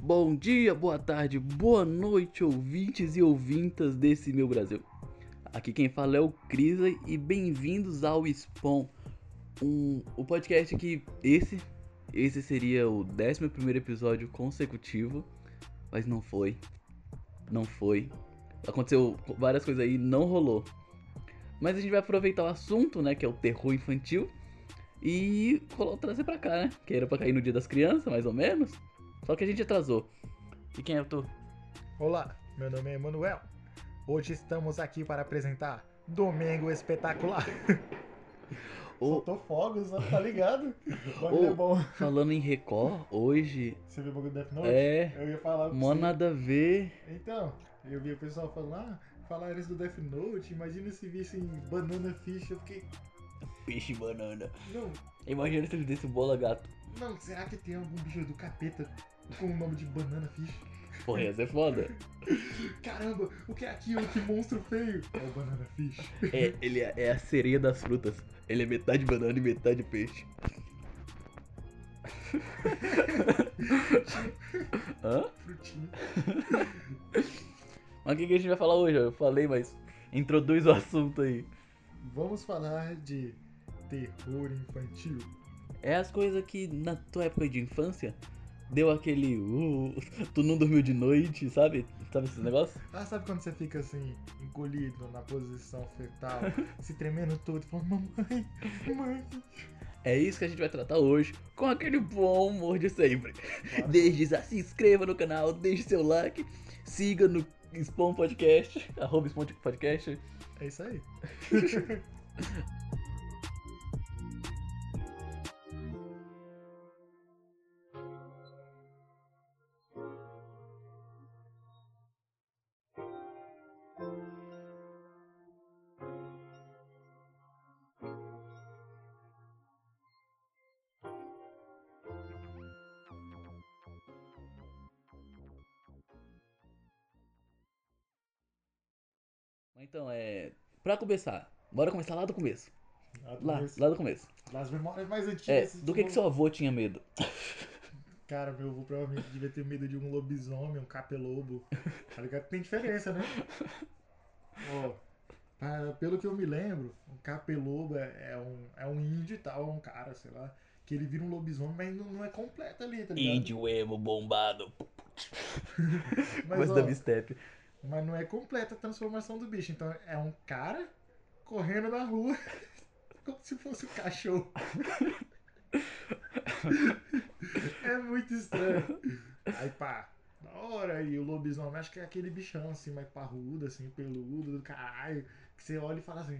Bom dia, boa tarde, boa noite, ouvintes e ouvintas desse meu Brasil. Aqui quem fala é o Crisa e bem-vindos ao Spawn, um, o podcast que esse, esse seria o 11 episódio consecutivo, mas não foi, não foi. Aconteceu várias coisas aí, não rolou. Mas a gente vai aproveitar o assunto, né, que é o terror infantil, e colo- trazer pra cá, né, que era pra cair no dia das crianças, mais ou menos. Só que a gente atrasou. E quem é tu? Olá, meu nome é Emanuel. Hoje estamos aqui para apresentar Domingo Espetacular. Ô, Soltou fogos, ó, tá ligado? O bagulho Ô. é bom. falando em Record, hoje Você viu o bagulho do Death Note? é. Eu ia falar pra Mó nada a ver. você. Então, eu vi o pessoal falando, ah, falaram isso do Death Note, imagina se vissem Banana Fish. Eu fiquei, Peixe banana. não, Imagina se eles desse bola gato. não, será que tem algum bicho do capeta com o nome de Banana Fish? Porra, ia ser foda. Caramba, o que é aquilo? Que monstro feio! É o Banana Fish. É, ele é, é a sereia das frutas. Ele é metade banana e metade peixe. Hã? Frutinho. Mas o que, que a gente vai falar hoje? ó? Eu falei, mas introduz o assunto aí. Vamos falar de terror infantil. É as coisas que na tua época de infância deu aquele. Uh, tu não dormiu de noite, sabe? Sabe esses negócios? Ah, sabe quando você fica assim, encolhido na posição fetal, se tremendo todo, falando, mamãe, mãe. É isso que a gente vai tratar hoje, com aquele bom humor de sempre. Claro. Desde já se inscreva no canal, deixe seu like, siga no Spawn Podcast, arroba Spawn Podcast. É isso aí. Então, é. Pra começar, bora começar lá do começo. Lá, Lá, lá do começo. Nas memórias mais É, antigas. do que, que seu avô tinha medo? Cara, meu avô provavelmente devia ter medo de um lobisomem, um capelobo. Tá ligado? Tem diferença, né? Ó, ah, pelo que eu me lembro, um capelobo é é um, é um índio e tal, é um cara, sei lá, que ele vira um lobisomem, mas não, não é completo ali, tá ligado? Índio emo bombado. Mas, Mas ó, da Bistep. Mas não é completa a transformação do bicho. Então é um cara correndo na rua como se fosse um cachorro. é muito estranho. Aí pá, da hora. E o lobisomem, acho que é aquele bichão assim, mais parrudo, assim, peludo do caralho. Que você olha e fala assim: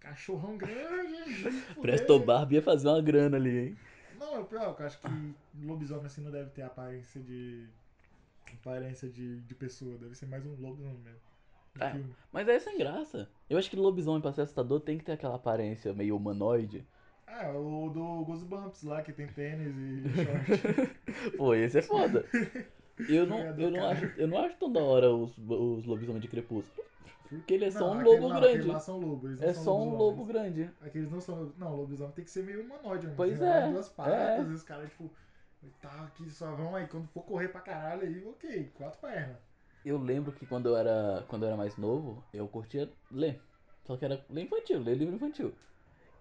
cachorrão grande. fudeu." Presto Barbie ia fazer uma grana ali, hein? Não, é o pior, que eu acho que lobisomem assim não deve ter aparência de. aparência de, de pessoa. Deve ser mais um lobisomem mesmo. De É. filme. Mas é sem graça. Eu acho que lobisomem pra ser assustador tem que ter aquela aparência meio humanoide. Ah, o do Goosebumps lá, que tem tênis e short. Pô, esse é foda. Eu não, Obrigado, eu não, cara. acho, eu não acho tão da hora os, os lobisomens de crepúsculo. Porque ele é só um aquele lobo não, aquele grande. lá são lobo, eles não É são só um lobisomens. lobo grande. Aqueles não são lobos. Não, lobisomem tem que ser meio humanoide. mano. Pois Tem lá é, duas patas, e os caras, tipo, tá aqui só vão aí. Quando for correr pra caralho aí, ok, quatro pernas. Eu lembro que quando eu era, quando eu era mais novo, eu curtia ler. Só que era ler infantil, ler livro infantil.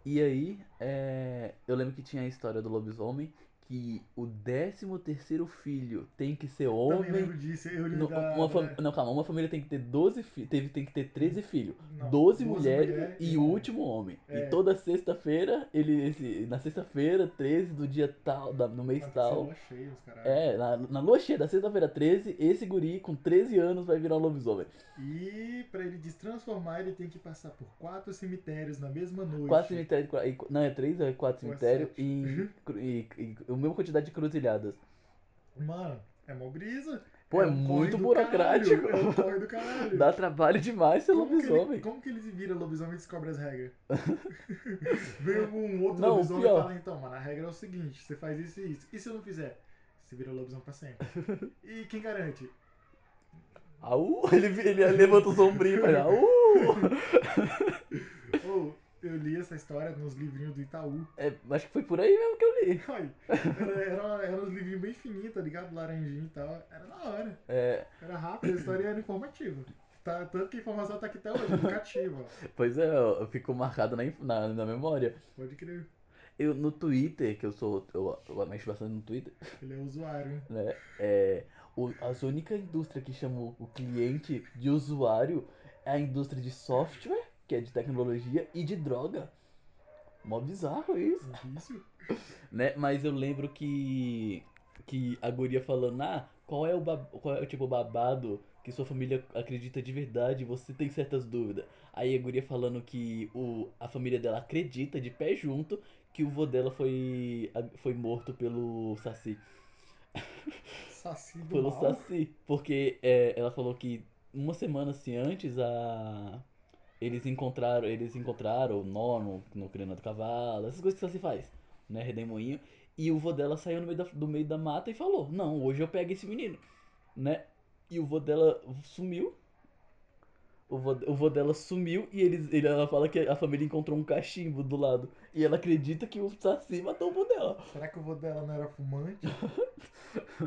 E aí, é, eu lembro que tinha a história do lobisomem que o 13 terceiro filho tem que ser Também homem. lembro disso. Eu li No- da, uma fam- da- Não, calma, uma família tem que ter 12 filhos. Teve tem que ter 13 filhos. não, 12 duas mulheres e o um último homem. É. E toda sexta-feira, ele. esse- na sexta-feira, 13 do dia tal, da- no mês Mas tem que ser tal. lua cheia, os caralho. É, na, na lua cheia da sexta-feira 13, esse guri com 13 anos vai virar um lobisomem. E pra ele destransformar, ele tem que passar por quatro cemitérios na mesma noite. Quatro cemitérios. qua- e- Não, é três ou é quatro Ou é cemitérios sete. e, cru- e, e, e a mesma quantidade de cruzilhadas. Mano, é mó brisa. Pô, é, um corre muito do burocrático. caralho, É um corre do caralho. Dá trabalho demais ser Como que, ele, lobisomem. como que ele vira lobisomem e descobre as regras? Veio um outro Não, lobisomem pior. e fala, então, mano, a regra é o seguinte, você faz isso e isso. E se eu não fizer? Você vira lobisomem pra sempre. E quem garante? Au! Ele, ele levanta o sombrinho e fala, au! Ou, Eu li essa história nos livrinhos do Itaú. É, acho que foi por aí mesmo que eu li. Ai, Era, era, era uns livrinhos bem fininhos, tá ligado? Laranjinho e tal. Era da hora. É, Era rápido, a história era informativa. Tá, tanto que a informação tá aqui até hoje, educativa. ó. pois é, ó, ficou marcado na, inf- na, na memória. Pode crer. Eu, no Twitter, que eu sou. Eu, eu mexo bastante no Twitter, Ele é usuário, né? né? É, o, as única indústria que chamou o cliente de usuário é a indústria de software, que é de tecnologia, e de droga. Mó bizarro isso. Um vício. né? Mas eu lembro que que a guria falando, ah, qual é o bab- qual é o tipo babado que sua família acredita de verdade, e você tem certas dúvidas. Aí a guria falando que o, a família dela acredita de pé junto que o vô dela foi a- foi morto pelo Saci, Saci do pelo mal. Saci, porque é, ela falou que uma semana assim antes a eles encontraram, eles encontraram o nó no, no crina do cavalo, essas coisas que só se faz, né, redemoinho. E o vô dela saiu no meio da, do meio da mata e falou, não, hoje eu pego esse menino, né? E o vô dela sumiu. O vô, o vô dela sumiu e eles, ele, ela fala que a família encontrou um cachimbo do lado. E ela acredita que o Saci matou o vô dela. Será que o vô dela não era fumante?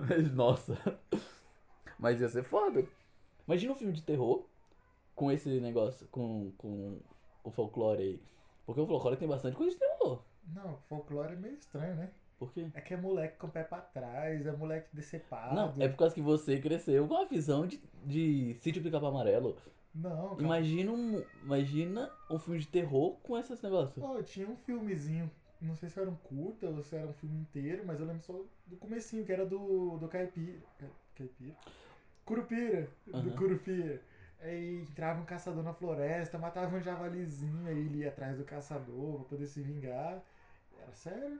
Mas, Nossa. Mas ia ser foda. Imagina um filme de terror com esse negócio, com, com o folclore aí. Porque o folclore tem bastante coisa de terror. Não, folclore é meio estranho, né? Por quê? É que é moleque com o pé pra trás, é moleque decepado. Não, é por causa que você cresceu com a visão de, de sítio do capa amarelo. Não, cara. Imagina um, imagina um filme de terror com esses negócios. Pô, tinha um filmezinho, não sei se era um curta ou se era um filme inteiro, mas eu lembro só do comecinho, que era do, do Caipira. Ca- Caipira? Curupira, do Aham. Curupira. Aí entrava um caçador na floresta, matava um javalizinho, aí ele ia atrás do caçador pra poder se vingar. Era sério.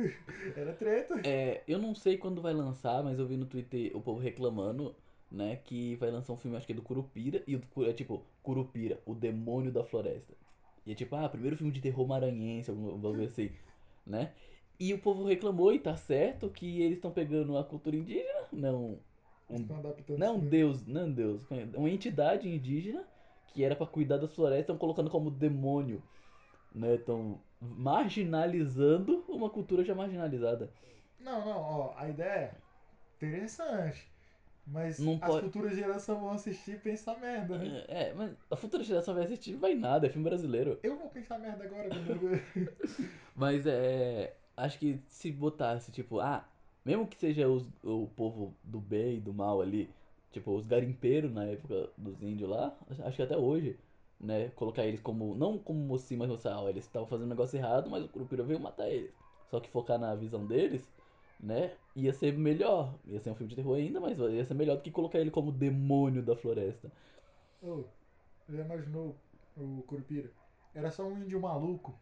era treta. É, eu não sei quando vai lançar, mas eu vi no Twitter o povo reclamando, né, que vai lançar um filme, acho que é do Curupira, e o do Cu- é tipo, Curupira, o demônio da floresta. E é tipo, ah, primeiro filme de terror maranhense, algum bagulho assim, né? E o povo reclamou, e tá certo, que eles estão pegando a cultura indígena, não, um Estão adaptando Não isso, né? Deus, não é Deus. Uma entidade indígena que era pra cuidar das florestas, estão colocando como demônio. Né? Estão marginalizando uma cultura já marginalizada. Não, não, ó, a ideia é interessante. Mas Não as pode- futuras gerações vão assistir e pensar merda, né? É, é, mas a futura geração vai assistir, vai nada, é filme brasileiro. Eu vou pensar merda agora quando eu ver. Mas é. Acho que se botasse, tipo, ah, mesmo que seja os- o povo do bem e do mal ali, tipo, os garimpeiros na época dos índios lá, acho que até hoje, né? Colocar eles como. Não como mocinho, mas mostrar, ó, eles estavam fazendo um negócio errado, mas o Curupira veio matar eles. Só que focar na visão deles, né? Ia ser melhor. Ia ser um filme de terror ainda, mas ia ser melhor do que colocar ele como demônio da floresta. Ô, já imaginou o Curupira? Era só um índio maluco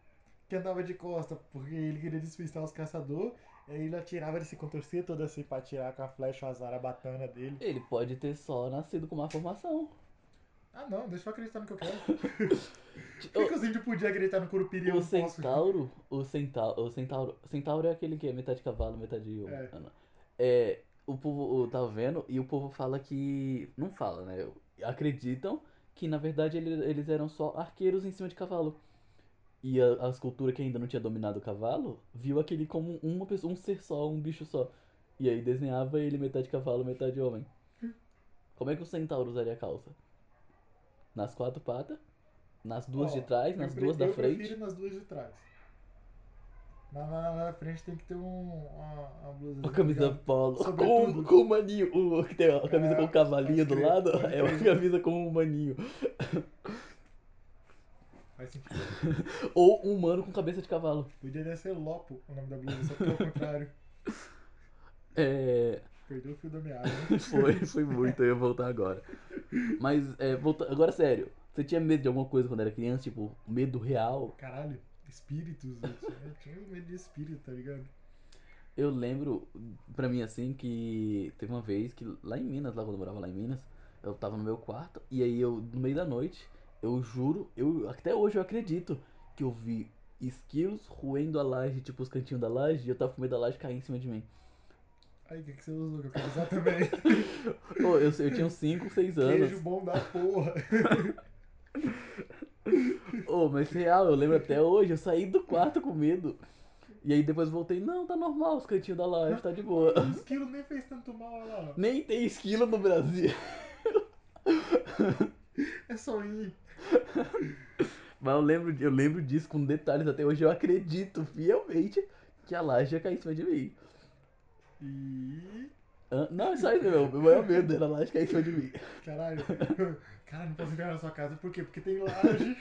que andava de costa porque ele queria despistar os caçadores. Aí ele atirava, ele se contorcia todo assim pra atirar com a flecha, o azar, a batana dele. Ele pode ter só nascido com má formação. Ah não, deixa eu acreditar no que eu quero. Por que, que os índios podiam acreditar no Curupira e eu O não posso? centauro, o centauro, o centauro, centauro é aquele que é metade cavalo, metade É. humano. É, o povo o, tá vendo e o povo fala que não fala, né? Acreditam que na verdade ele- eles eram só arqueiros em cima de cavalo. E a, as culturas que ainda não tinha dominado o cavalo, viu aquele como uma pessoa, um ser só, um bicho só. E aí desenhava ele metade cavalo, metade homem. Como é que o centauro usaria a calça? Nas quatro patas, nas duas Ó, de trás, eu nas pre- duas da eu frente. prefiro nas duas de trás. Na, na, na frente tem que ter um, uma, uma blusa. Uma camisa polo com, Sobretudo. com o maninho. O, que tem a camisa com o Ah, cavalinho pode do crer, lado pode é uma crer. camisa com um maninho. Faz sentido. Ou um humano com cabeça de cavalo. Podia ser Lopo o nome da blusa, só que é o contrário. É, Perdeu o fio da meada. né? foi, foi muito, eu ia voltar agora. Mas, é, volta, agora sério, você tinha medo de alguma coisa quando era criança? Tipo, medo real? Caralho, espíritos. Eu tinha, eu tinha medo de espírito, tá ligado? Eu lembro, pra mim assim, que teve uma vez que lá em Minas, lá quando eu morava lá em Minas, eu tava no meu quarto e aí eu, no meio da noite, eu juro, eu até hoje eu acredito que eu vi esquilos roendo a laje, tipo os cantinhos da laje, e eu tava com medo da laje cair em cima de mim. Aí, o que, que você usou? Que eu quero usar também. Ô, eu, eu tinha uns 5, 6 anos. Queijo bom da porra. Ô, mas real, eu lembro até hoje, eu saí do quarto com medo. E aí depois voltei, não, tá normal os cantinhos da laje, tá de boa. O esquilo nem fez tanto mal olha lá. Nem tem esquilo no Brasil. É só ir. Mas eu lembro, eu lembro disso com detalhes até hoje, eu acredito fielmente que a laje ia cair em cima de mim. E. Hã? Não, isso aí meu, meu maior medo era a laje cair em cima de mim. Caralho. Cara, não posso entrar na sua casa. Por quê? Porque tem laje.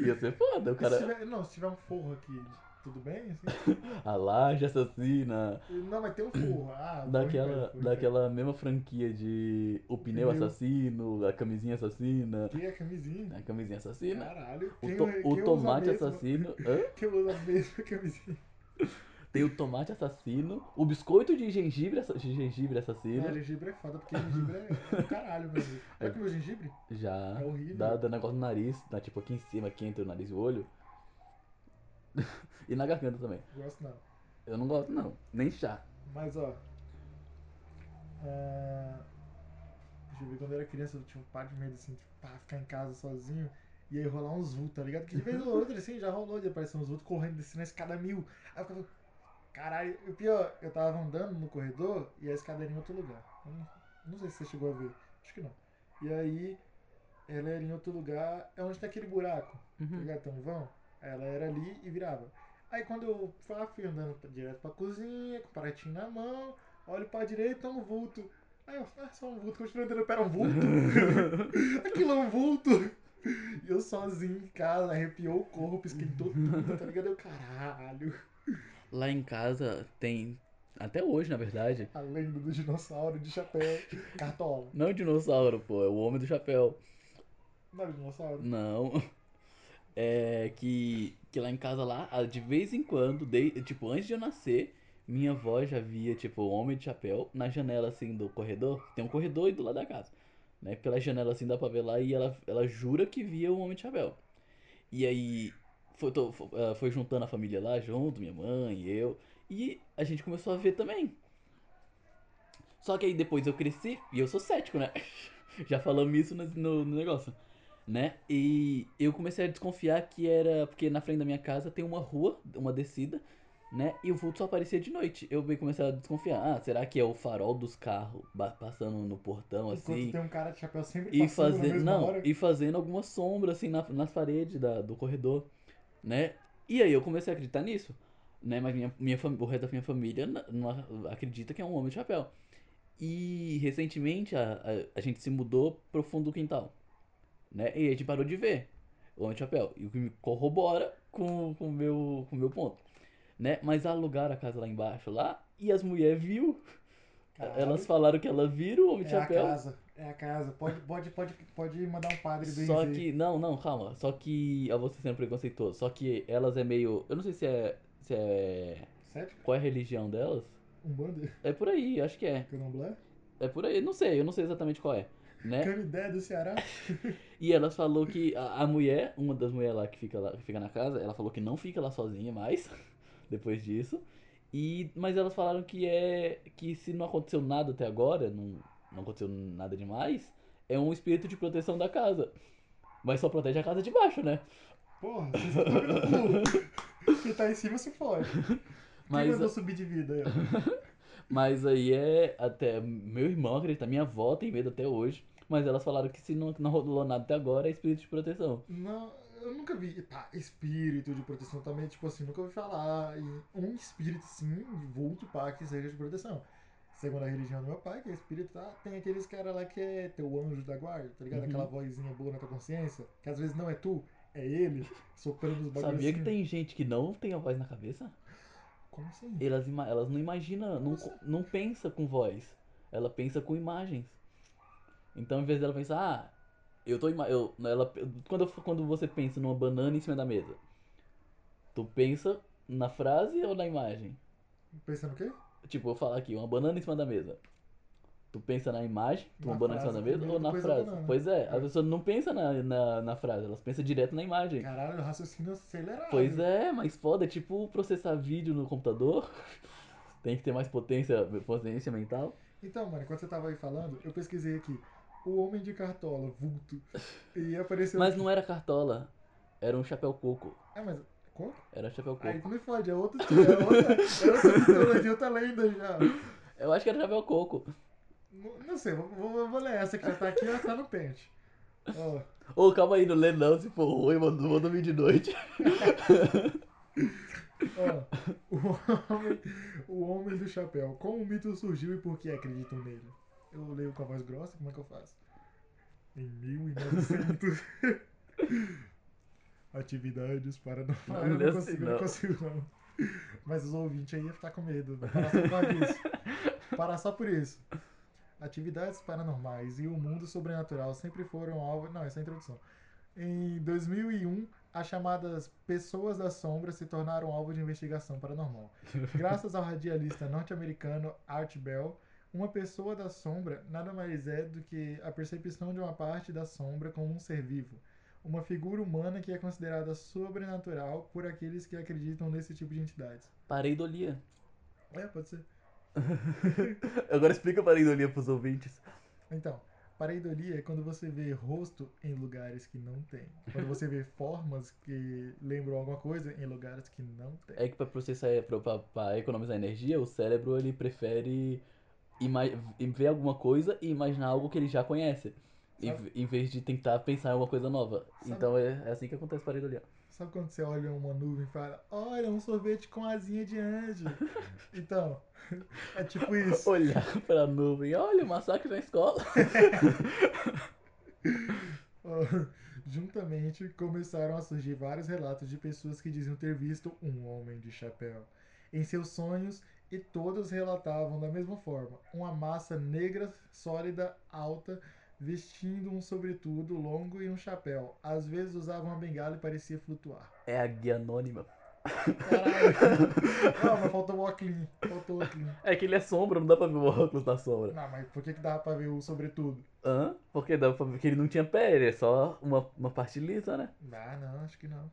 Ia ser foda, o Se cara. tiver- Não, se tiver um forro aqui, tudo bem? Assim? A laje assassina. Não, mas tem um forro. Ah, vou entrar, Daquela, vou entrar. daquela mesma franquia de o pneu Pneu. assassino, a camisinha assassina. Tem a camisinha. A camisinha assassina. Caralho. né? O, Quem- to- quem o usa a tomate mesma- assassino. hã? Quem usa a mesma camisinha? Tem o tomate assassino. O biscoito de gengibre, assa- de gengibre assassino. Ah, gengibre é foda, porque gengibre é do caralho, meu amigo. Já comeu gengibre? Já. É horrível. É. Ah, Dá, dá negócio no nariz. Dá tipo aqui em cima, aqui entre o nariz e o olho. e na garganta também. Gosto não. Eu não gosto, não. Nem chá. Mas ó. ah, Deixa eu ver, quando eu era criança eu tinha um par de medo assim, de pá, ficar em casa sozinho e aí rolar uns vultos, tá ligado? Que de vez ou outra assim já rolou de aparecer uns vultos correndo descendo a escada mil. Aí eu ficava. Caralho, e o pior, eu tava andando no corredor e a escada era em outro lugar. Eu Não, não sei se você chegou a ver, acho que não. E aí, ela era em outro lugar, é onde tá aquele buraco. Uhum. tá ligado? Tem um vão. Ela era ali e virava. Aí quando eu fa- fui andando pra- direto pra cozinha, com o pratinho na mão, olho pra direita, é um vulto. Aí eu, ah, só um vulto, continuo andando, pera, um vulto? Aquilo é um vulto! E eu sozinho em casa, arrepiou o corpo, esquentou tudo, tá ligado? Eu, caralho, Lá em casa tem. Até hoje, na verdade. a lenda do dinossauro de chapéu, cartola. Não o dinossauro, pô. É o homem do chapéu. Não era dinossauro? Não. É que, que lá em casa, lá, ah, de vez em quando, de- tipo, antes de eu nascer, minha avó já via, tipo, o homem de chapéu na janela, assim, do corredor. Tem um corredor aí do lado da casa. Né? Pela janela, assim, dá pra ver lá. E ela, ela jura que via o homem de chapéu. E aí, foi, to- fo- ah, foi juntando a família lá junto, minha mãe, eu. E a gente começou a ver também. Só que aí depois eu cresci, e eu sou cético, né? Já falamos isso no- no- no negócio né? E eu comecei a desconfiar que era porque na frente da minha casa tem uma rua, uma descida, né? E o vulto só aparecia de noite. Eu meio comecei a desconfiar. Ah, será que é o farol dos carros ba- passando no portão Enquanto assim? tem um cara de chapéu sempre E passando na fazendo, mesma não, hora. e fazendo alguma sombra assim na, nas paredes da- do corredor, né? E aí eu comecei a acreditar nisso, né? Mas minha, minha fam- o resto da minha família n- não a- acredita que é um homem de chapéu. E recentemente a, a, a gente se mudou pro fundo do quintal, né? E a gente parou de ver o homem de chapéu, e o que me corrobora com o com o meu, com o meu ponto, né? Mas alugaram a casa lá embaixo, lá, e as mulheres viu, Caralho. elas falaram que ela viram o homem de É a chapéu. casa, é a casa. Pode, pode, pode, pode mandar um padre benzer. Só que, não, não, calma. Só que eu vou ser sendo preconceituoso. Só que elas é meio. Eu não sei se é. Se é. Sério? Qual é a religião delas? Um bando? É por aí, acho que é. Candomblé? É por aí, não sei, eu não sei exatamente qual é. Né? Canidé do Ceará? E elas falou que a, a mulher, uma das mulheres lá que fica lá, que fica na casa, ela falou que não fica lá sozinha mais depois disso. E mas elas falaram que é que se não aconteceu nada até agora, não, não aconteceu nada demais, é um espírito de proteção da casa. Mas só protege a casa de baixo, né? Porra, vocês estão no cu. Quem tá em cima se fode. Quem Mas mandou subir de vida? aí, ó? Mas aí é até. Meu irmão acredita, minha avó tem medo até hoje. Mas elas falaram que se não, não rolou nada até agora, é espírito de proteção. Não, eu nunca vi. Tá, espírito de proteção também, tipo assim, nunca ouvi falar em um espírito, sim, de vulto, pá, que seja de proteção. Segundo a religião do meu pai, que é espírito, tá, tem aqueles caras lá que é teu anjo da guarda, tá ligado? Uhum. Aquela vozinha boa na tua consciência, que às vezes não é tu, é ele, soprando os bagulhos. Sabia que tem gente que não tem a voz na cabeça? Como assim? Elas, ima- elas não imaginam, não, co- não pensa com voz. Ela pensa com imagens. Então, em vez dela pensar, ah, eu tô. ima- Eu, ela, quando, eu- quando você pensa numa banana em cima da mesa, tu pensa na frase ou na imagem? Pensando o quê? Tipo, eu falar aqui, uma banana em cima da mesa. Tu pensa na imagem, tu Na uma banana em cima frase, da mesa ou primeiro, na depois a frase? banana. Pois é, É. as pessoas não pensam na, na, na frase, elas pensam direto na imagem. Caralho, raciocínio acelerado. Pois é, mas foda, é tipo processar vídeo no computador. Tem que ter mais potência, potência mental. Então, mano, enquanto você tava aí falando, eu pesquisei aqui. o homem de cartola, vulto. E apareceu. Mas não era cartola. Era um chapéu coco. Ah, mas. Qual? Era um chapéu coco. Aí tu me fode, é outro. É outra, é outra mitologia, outra lenda já. Eu acho que era chapéu coco. Não, não sei, vou, vou, vou ler essa que já tá aqui, ela tá no pente. Ó, Ô, calma aí, não lê não, se for ruim, mano, não vou dormir de noite. ó. O homem, o homem do chapéu. Como o mito surgiu e por que acreditam nele? Eu leio com a voz grossa, como é que eu faço? Em 1900. Atividades para não. Não, eu não lê assim, consigo, não. não consigo, não. Mas os ouvintes aí iam ficar com medo. Vai parar só por causa disso. Parar só por isso. Atividades paranormais e o mundo sobrenatural sempre foram alvo. Não, essa é a introdução. Em 2001, as chamadas pessoas da sombra se tornaram alvo de investigação paranormal. Graças ao radialista norte-americano Art Bell, uma pessoa da sombra nada mais é do que a percepção de uma parte da sombra como um ser vivo, uma figura humana que é considerada sobrenatural por aqueles que acreditam nesse tipo de entidades. Pareidolia. É, pode ser. Agora explica a pareidolia pros ouvintes. Então, pareidolia é quando você vê rosto em lugares que não tem. Quando você vê formas que lembram alguma coisa em lugares que não tem. É que pra processar, pra, pra, pra economizar energia, o cérebro ele prefere ima- ver alguma coisa e imaginar algo que ele já conhece. Em, Sabe- em vez de tentar pensar em alguma coisa nova. Sabe- Então é, é assim que acontece pareidolia. Sabe quando você olha uma nuvem e fala, olha, um sorvete com asinha de anjo? então, é tipo isso. Olhar pra nuvem, olha o massacre na escola. Ó, Juntamente começaram a surgir vários relatos de pessoas que diziam ter visto um homem de chapéu em seus sonhos e todos relatavam da mesma forma: uma massa negra, sólida, alta, vestindo um sobretudo longo e um chapéu. Às vezes usavam uma bengala e parecia flutuar. É a guia anônima. Caralho! Não, mas faltou o óculos. Faltou o óculos. É que ele é sombra, não dá pra ver o óculos na sombra. Não, mas por que, que dava pra ver o sobretudo? Hã? Porque, dá pra ver que ele não tinha pé, ele é só uma, uma parte lisa, né? Ah, não, acho que não.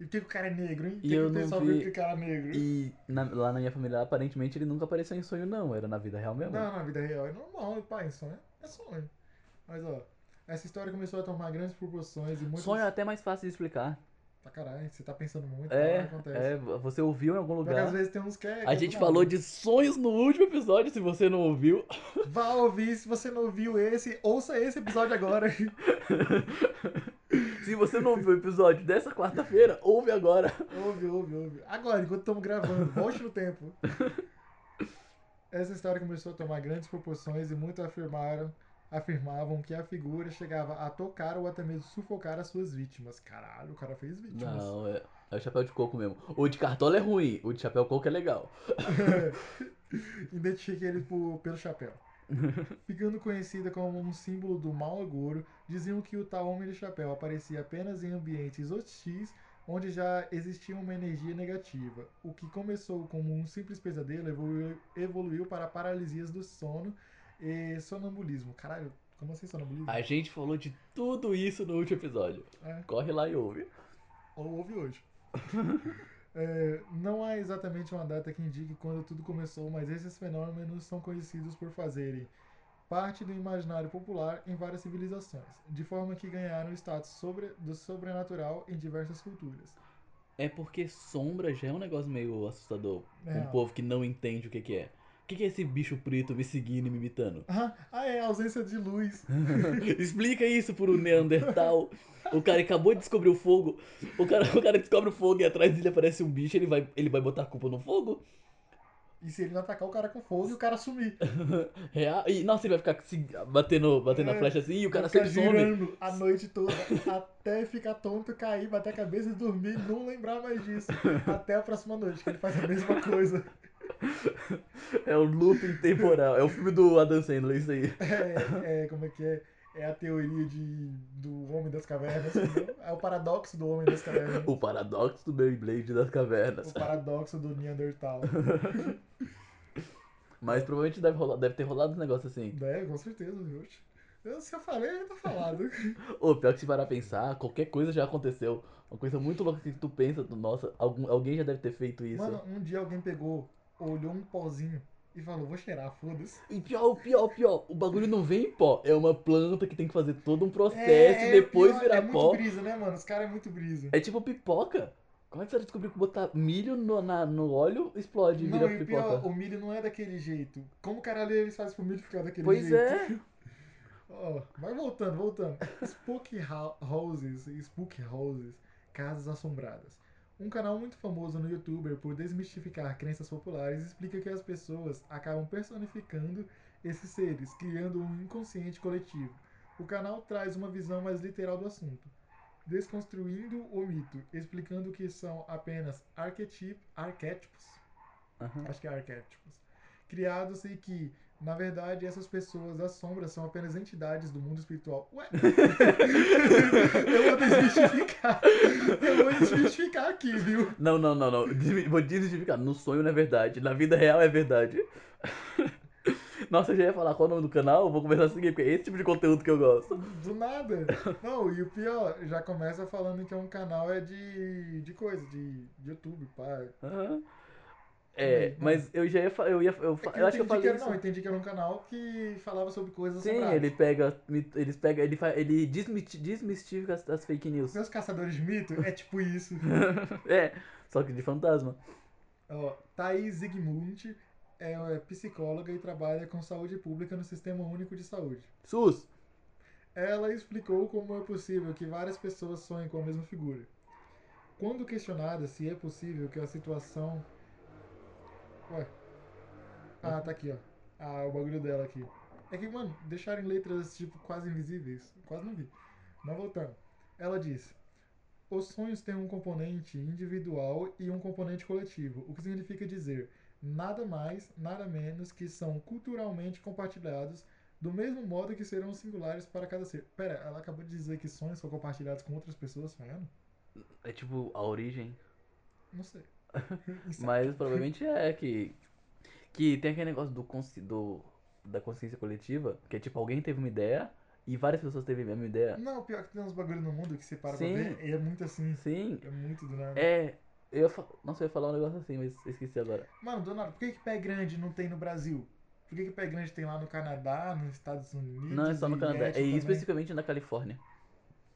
E por que, que o cara é negro, hein? Por E que, que eu o não pessoal vi- viu que o cara é negro? E na- lá na minha família, aparentemente, ele nunca apareceu em sonho, não. Era na vida real mesmo. Não, na vida real é normal, pai, sonho é sonho. Mas ó, essa história começou a tomar grandes proporções e muitos. Sonho é até mais fácil de explicar. Pra caralho, você tá pensando muito, É, tá, acontece. é, você ouviu em algum Só que às lugar. vezes tem uns que é. que A é gente do falou nada. de sonhos no último episódio, se você não ouviu. Vá ouvir, se você não ouviu esse, ouça esse episódio agora. Se você não ouviu o episódio dessa quarta-feira, ouve agora. ouve, ouve, ouve. Agora, enquanto estamos gravando, volte no tempo. Essa história começou a tomar grandes proporções e muitos afirmaram, afirmavam que a figura chegava a tocar ou até mesmo sufocar as suas vítimas. Caralho, o cara fez vítimas. Não, é, é o chapéu de coco mesmo. O de cartola é ruim, o de chapéu coco é legal. Identifiquei ele por- pelo chapéu. Ficando conhecida como um símbolo do mau agouro, diziam que o tal homem de chapéu aparecia apenas em ambientes hostis, onde já existia uma energia negativa. O que começou como um simples pesadelo evoluiu, evoluiu para paralisias do sono e sonambulismo. Caralho, como assim sonambulismo? A gente falou de tudo isso no último episódio. É. Corre lá e ouve. Ou houve hoje. É, não há exatamente uma data que indique quando tudo começou, mas esses fenômenos são conhecidos por fazerem parte do imaginário popular em várias civilizações, de forma que ganharam o status sobre, do sobrenatural em diversas culturas. É porque sombra já é um negócio meio assustador. É. Um povo que não entende o que, que é. O que, que é esse bicho preto me seguindo e me imitando? Ah, ah, é, a ausência de luz. Explica isso pro Neandertal. O cara acabou de descobrir o fogo. O cara, o cara descobre o fogo e atrás dele aparece um bicho. Ele vai, ele vai botar a culpa no fogo? E se ele não atacar o cara com fogo e o cara sumir? Real? E, nossa, ele vai ficar se batendo, batendo a É, flecha assim e o cara Vai sempre ficar some. girando a noite toda, até ficar tonto, cair, bater a cabeça e dormir, não lembrar mais disso. Até a próxima noite, que ele faz a mesma coisa. É o looping temporal. É o filme do Adam Sandler, isso aí. É, é, como é que é? É a teoria de, do Homem das Cavernas. entendeu? É o paradoxo do Homem das Cavernas. O paradoxo do Beyblade das O cavernas. paradoxo do Neandertal. Mas provavelmente deve, rolar, deve ter rolado um negócio assim. É, com certeza, viu? Eu- Se eu falei, tá falado. Ô, pior que se parar a pensar, qualquer coisa já aconteceu. Uma coisa muito louca que tu pensa, tu, nossa, algum- alguém já deve ter feito isso. Mano, um dia alguém pegou, olhou um pozinho e falou, vou cheirar, foda-se. E pior, pior, pior, o bagulho não vem em pó. É uma planta que tem que fazer todo um processo é e depois pior, virar É muito pó. brisa, né, mano? Os caras é muito brisa. É tipo pipoca. Como é que você descobriu que botar milho no, na- no óleo explode e Não, vira e o É pipoca? pior, o milho não é daquele jeito. Como caralho eles fazem pro milho ficar daquele Pois jeito? é. Ó, vai voltando, voltando. Spook hou- Houses, Spook Houses, Casas Assombradas. Um canal muito famoso no YouTube por desmistificar crenças populares explica que as pessoas acabam personificando esses seres, criando um inconsciente coletivo. O canal traz uma visão mais literal do assunto, desconstruindo o mito, explicando que são apenas arquetip- arquétipos Aham. acho que é arquétipos, criados e que, na verdade, essas pessoas das sombras são apenas entidades do mundo espiritual. Ué? eu vou desmistificar. Eu vou desmistificar aqui, viu? Não, não, não, não. Desmi- Vou desmistificar. No sonho não é verdade. Na vida real é verdade. Nossa, eu já ia falar qual é o nome do canal, eu vou começar a seguir, porque é esse tipo de conteúdo que eu gosto. Do nada. Não, e o pior, já começa falando que é um canal é de, de coisa, de, de YouTube, pá. Aham. É, Mas, mas eu já ia falar. Eu, ia, eu, fa- É que eu acho que eu entendi que falei era, isso. não, eu entendi que era um canal que falava sobre coisas Sim, assombradas. ele pega. Eles pega, ele, fa- ele desmiti- desmistifica as, as fake news. Meus caçadores de mito é tipo isso. é, só que de fantasma. Ó, Thaís Zigmund é é psicóloga e trabalha com saúde pública no Sistema Único de Saúde. SUS! Ela explicou como é possível que várias pessoas sonhem com a mesma figura. Quando questionada se é possível que a situação. Ué. Ah, tá aqui, ó. Ah, o bagulho dela aqui. É que, mano, deixaram em letras, tipo, quase invisíveis. Quase não vi. Mas voltando. Ela disse: Os sonhos têm um componente individual e um componente coletivo, o que significa dizer nada mais, nada menos que são culturalmente compartilhados do mesmo modo que serão singulares para cada ser. Pera, ela acabou de dizer que sonhos são compartilhados com outras pessoas sonhando? É tipo a origem. Não sei. Mas provavelmente é que. Que tem aquele negócio do, consci- do da consciência coletiva, que é tipo, alguém teve uma ideia e várias pessoas teve a mesma ideia. Não, pior que tem uns bagulho no mundo que você para Sim. pra ver, e é muito assim. Sim, É muito do nada. é. Eu ia fa- Nossa, eu ia falar um negócio assim, mas esqueci agora. Mano, do nada, por que, que pé grande não tem no Brasil? Por que, que pé grande tem lá no Canadá, nos Estados Unidos? Não, é só no e Canadá. Haiti É também? especificamente na Califórnia.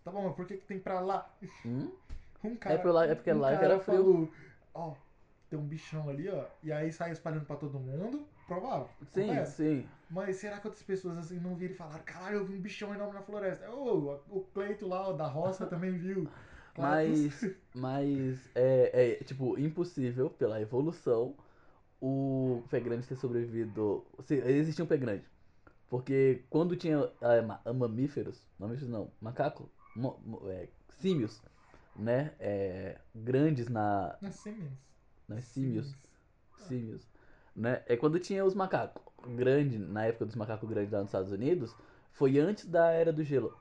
Tá bom, mas por que, que tem pra lá? Hum? Um cara. pro lá- é porque um lá cara era frio. falou, ó, tem um bichão ali, ó, e aí sai espalhando pra todo mundo. Provável. Sim, acontece. sim. Mas será que outras pessoas assim não viram e falaram, caralho, eu vi um bichão enorme na floresta? Ô, o Cleito lá, ó, da roça, também viu. Claro que- Mas, mas é, é, tipo impossível pela evolução o pé grande ter sobrevivido. Se, existia um pé grande. Porque quando tinha é, ma- mamíferos, mamíferos não, macaco, mo- mo- é, símios, né? é, grandes na. Não, Siemens. Né, símios. Símios. Né? É quando tinha os macacos grandes, na época dos macacos grandes lá nos Estados Unidos, foi antes da Era do Gelo.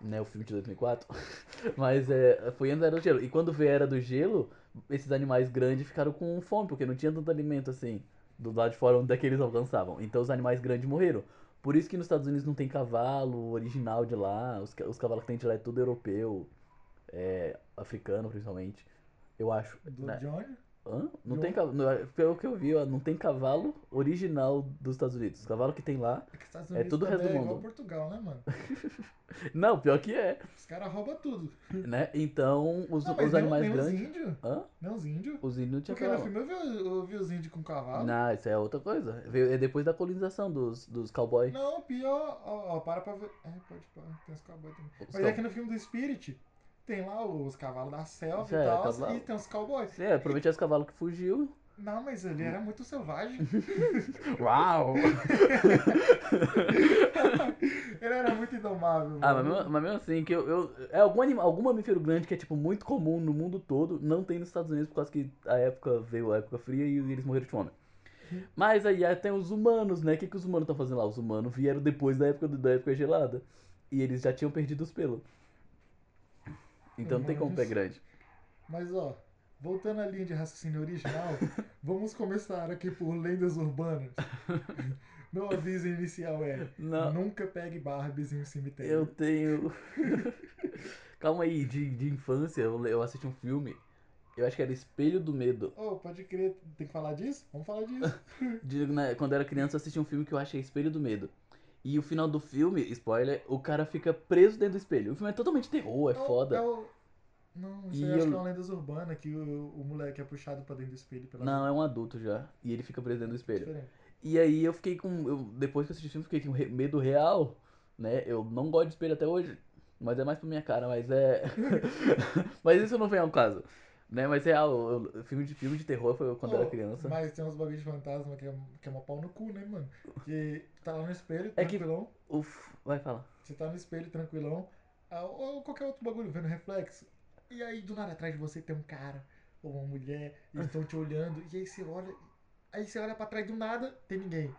Né, o filme de 2004. Mas é, foi antes da Era do Gelo. E quando veio a Era do Gelo, esses animais grandes ficaram com fome, porque não tinha tanto alimento assim, do lado de fora onde é que eles alcançavam. Então os animais grandes morreram. Por isso que nos Estados Unidos não tem cavalo original de lá. Os, ca- os cavalos que tem de lá é tudo europeu, é, africano principalmente. Eu acho. Do né? Johnny? Hã? Não Não. tem cavalo. Pelo que eu vi, ó, não tem cavalo original dos Estados Unidos. O cavalo que tem lá. É que Estados Unidos tudo o resto também do é igual mundo. Portugal, né, mano? Não, pior que é, Os caras roubam tudo. né? Então, os, Não, mas assim, os nem- animais nem grandes. os índios. Hã? Nem os índios. Os índios não tinham Porque no cavalo. filme eu vi, eu vi os índios com cavalo. Não, isso é outra coisa. Veio- É depois da colonização dos, dos cowboys. Não, pior, ó, ó, para pra ver. É, pode parar, tem os cowboys também. Os Mas é que no filme do Spirit tem lá os cavalos da selva É, e tal, cavalo. e tem os cowboys. É, provavelmente é os cavalos que fugiu. Não, mas ele era muito selvagem. Uau! ele era muito indomável. ah, mas mano. mesmo, mas mesmo assim, que eu. eu- é algum, anima, algum mamífero grande que é, tipo, muito comum no mundo todo, não tem nos Estados Unidos por causa que a época veio a época fria e eles morreram de fome. Mas aí aí tem os humanos, né? O que, que os humanos estão fazendo lá? Os humanos vieram depois da época, do- da época gelada. E eles já tinham perdido os pelos. Então não tem como pé Humanos. grande. Mas ó, voltando à linha de raciocínio original, vamos começar aqui por lendas urbanas. Meu aviso inicial é: Não, nunca pegue Barbies em um eu cemitério. tenho. Calma aí, de, de infância eu, le- eu assisti um filme Eu acho que era Espelho do Medo. Oh, pode crer, tem que falar disso? Vamos falar disso. Digo, né, quando era criança, eu assisti um filme que eu achei Espelho do Medo. E o final do filme, spoiler, o cara fica preso dentro do espelho. O filme é totalmente terror, é o- foda. é o- Não, isso E aí acho eu- que é uma lenda urbana que o, o moleque é puxado pra dentro do espelho pela Não, é um adulto já. E ele fica preso dentro do espelho. Diferente. E aí eu fiquei com. eu- depois que eu assisti o filme, fiquei com re- medo real, né? Eu não gosto de espelho até hoje. Mas é mais pra minha cara, mas é. mas isso não vem ao caso. Né? Mas real, eu- eu- filme, de, filme de terror foi quando eu Oh, era criança. Mas tem uns bagulho de fantasma que é, que é uma pau no cu, né, mano? Que tá lá no espelho, É que- tranquilão. Uf, vai falar. Você tá no espelho, tranquilão. ah, Ou qualquer outro bagulho, vendo reflexo. E aí, do nada, atrás de você tem um cara ou uma mulher e estão te olhando. E aí você olha. Aí você olha pra trás do nada, tem ninguém.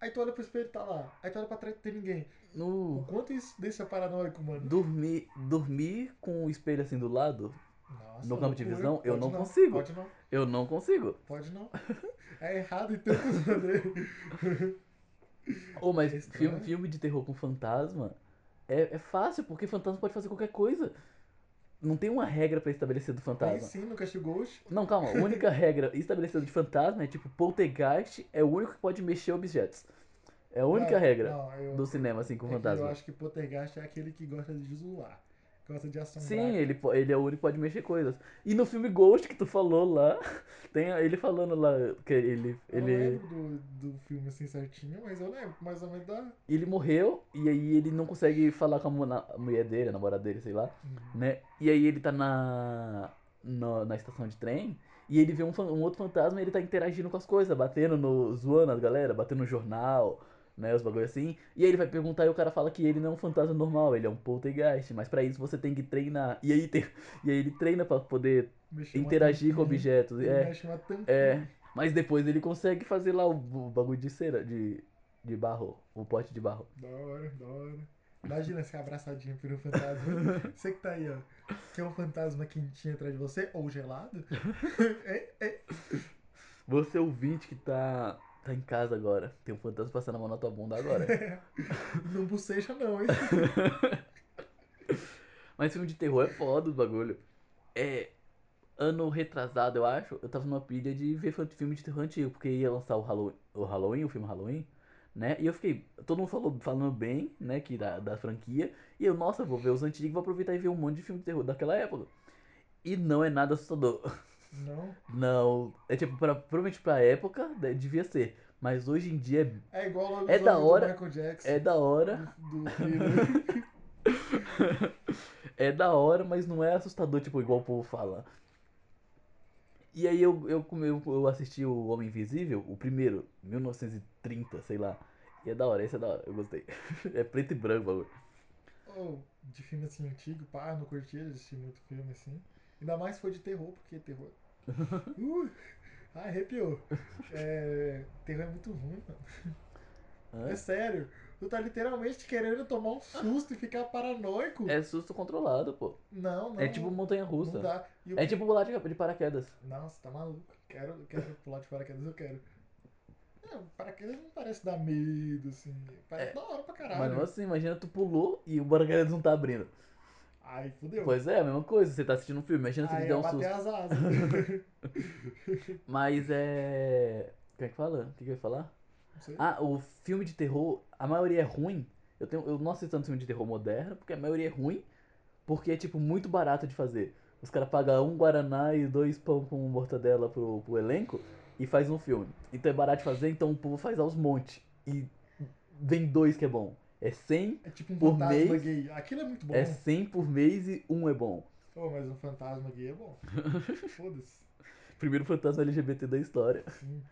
Aí tu olha pro espelho, tá lá. Aí tu olha pra trás, tem ninguém. O No. quanto isso deixa paranoico, mano? Dormir, dormir com o espelho assim do lado, Nossa, No campo de loucura. visão, eu Pode não consigo. Pode não, eu não consigo. pode não. É errado em tantos maneiras. Ou, mas É estranho. filme, filme de terror com fantasma é, é fácil, porque fantasma pode fazer qualquer coisa. Não tem uma regra pra estabelecer do Aí fantasma. sim, no Castigos. Não, calma. A única regra estabelecida de fantasma é tipo, poltergeist é o único que pode mexer objetos. É a única regra Não, eu, do cinema, assim, com é que fantasma. Eu acho que Pottergast é aquele que gosta de zoar. Gosta de assombrar. Sim, ele, po- ele é o único que pode mexer coisas. E no filme Ghost que tu falou lá, tem a- ele falando lá que ele, Eu não ele, lembro do, do filme assim certinho, mas eu lembro mais ou menos da. ele morreu e aí ele não consegue falar com a, mu- na- a mulher dele, a namorada dele, sei lá, né? E aí ele tá na, na, na estação de trem e ele vê um, fan- um outro fantasma e ele tá interagindo com as coisas, batendo no, zoando a galera, batendo no jornal, né, os bagulho assim. E aí ele vai perguntar e o cara fala que ele não é um fantasma normal, ele é um poltergeist, mas pra isso você tem que treinar. E aí, tem- e aí ele treina pra poder Mexeu uma Uhum. interagir com tampinha, objetos. ele É, mexe uma tampinha. é. Mas depois ele consegue fazer lá o, o bagulho de cera, de, de barro, o pote de barro. Da hora, da hora. Imagina ser abraçadinho por um fantasma. Você que tá aí, ó. Quer um fantasma quentinho atrás de você? Ou gelado? é, é. Você ouvinte que tá, tá em casa agora, tem um fantasma passando a mão na tua bunda agora. Não boceja, não, hein? Mas filme de terror é foda o bagulho. É. Ano retrasado, eu acho, eu tava numa pilha de ver fan- filme de terror antigo, porque ia lançar o Halloween, o, Halloween, o filme Halloween, né? E eu fiquei. Todo mundo falou, falando bem, né, que da, da franquia. E eu, nossa, vou ver os antigos, vou aproveitar e ver um monte de filme de terror daquela época. E não é nada assustador. Não. Não, é tipo, pra, provavelmente pra época né, devia ser, mas hoje em dia É igual o É da lobisomem hora, do Michael Jackson. é, é da hora, Do filme. é da hora, mas não é assustador, tipo, igual o povo fala. E aí eu, eu, come- eu, eu assisti o Homem Invisível, o primeiro, 1930, sei lá, e é da hora, esse é da hora, eu gostei. É preto e branco, o bagulho. Ou de filme assim antigo, pá, eu não curtia assistir muito filme assim. Ainda mais se for de terror, porque terror. Uh, arrepiou. É, terror é muito ruim, mano. Hã? É sério. Tu tá literalmente querendo tomar um susto e ficar paranoico. É susto controlado, pô. Não, não. É tipo não montanha-russa. dá. E o... É tipo pular de, de paraquedas. Nossa, tá maluco. Quero, quero pular de paraquedas, eu quero. É, paraquedas não parece dar medo, assim. Parece da hora pra É. Mas caralho. não assim, imagina tu pulou e o paraquedas não tá abrindo. Ai, fudeu. Pois é, a mesma coisa, você tá assistindo um filme, imagina se ele Aí der é um susto. bater as asas. Mas é. Como é que fala? O que, que eu ia falar? Não sei. Ah, o filme de terror, a maioria é ruim. Eu, tenho, eu não assisto tanto filme de terror moderno, porque a maioria é ruim, porque é tipo muito barato de fazer. Os caras pagam um Guaraná e dois pão com mortadela pro, pro elenco e faz um filme. Então é barato de fazer, então o povo faz aos montes. E vem dois que é bom. É 100, É tipo um Por fantasma mês, gay. Aquilo é muito bom. é 100 por mês e um é bom. Pô, mas um fantasma gay é bom. Foda-se. Primeiro fantasma LGBT da história. Sim.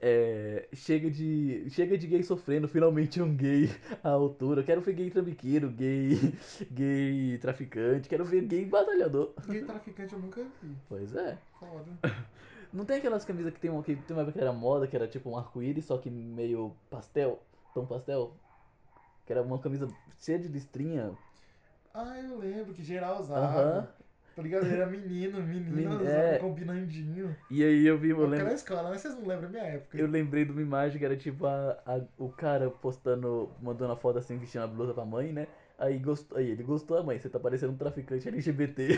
É, chega de chega de gay sofrendo, finalmente um gay à altura. Eu quero ver gay trambiqueiro, gay gay traficante, quero ver gay batalhador. Gay traficante eu nunca vi. Pois é. Foda. Não tem aquelas camisas que tem uma que tem uma época que era moda, que era tipo um arco-íris, só que meio pastel, tão pastel, que era uma camisa cheia de listrinha. Ah, eu lembro que geral usava. Aham. Tá ligado? Era menino, menina Menino, usava é. combinandinho. E aí eu vi, eu Aquela lembro, escola, né? Vocês não lembram da minha época. eu lembrei de uma imagem que era tipo a, a- o cara postando, mandando a foto assim, vestindo a blusa pra mãe, né? Aí, "Ah, gostou, aí ele gostou, a mãe, você tá parecendo um traficante LGBT.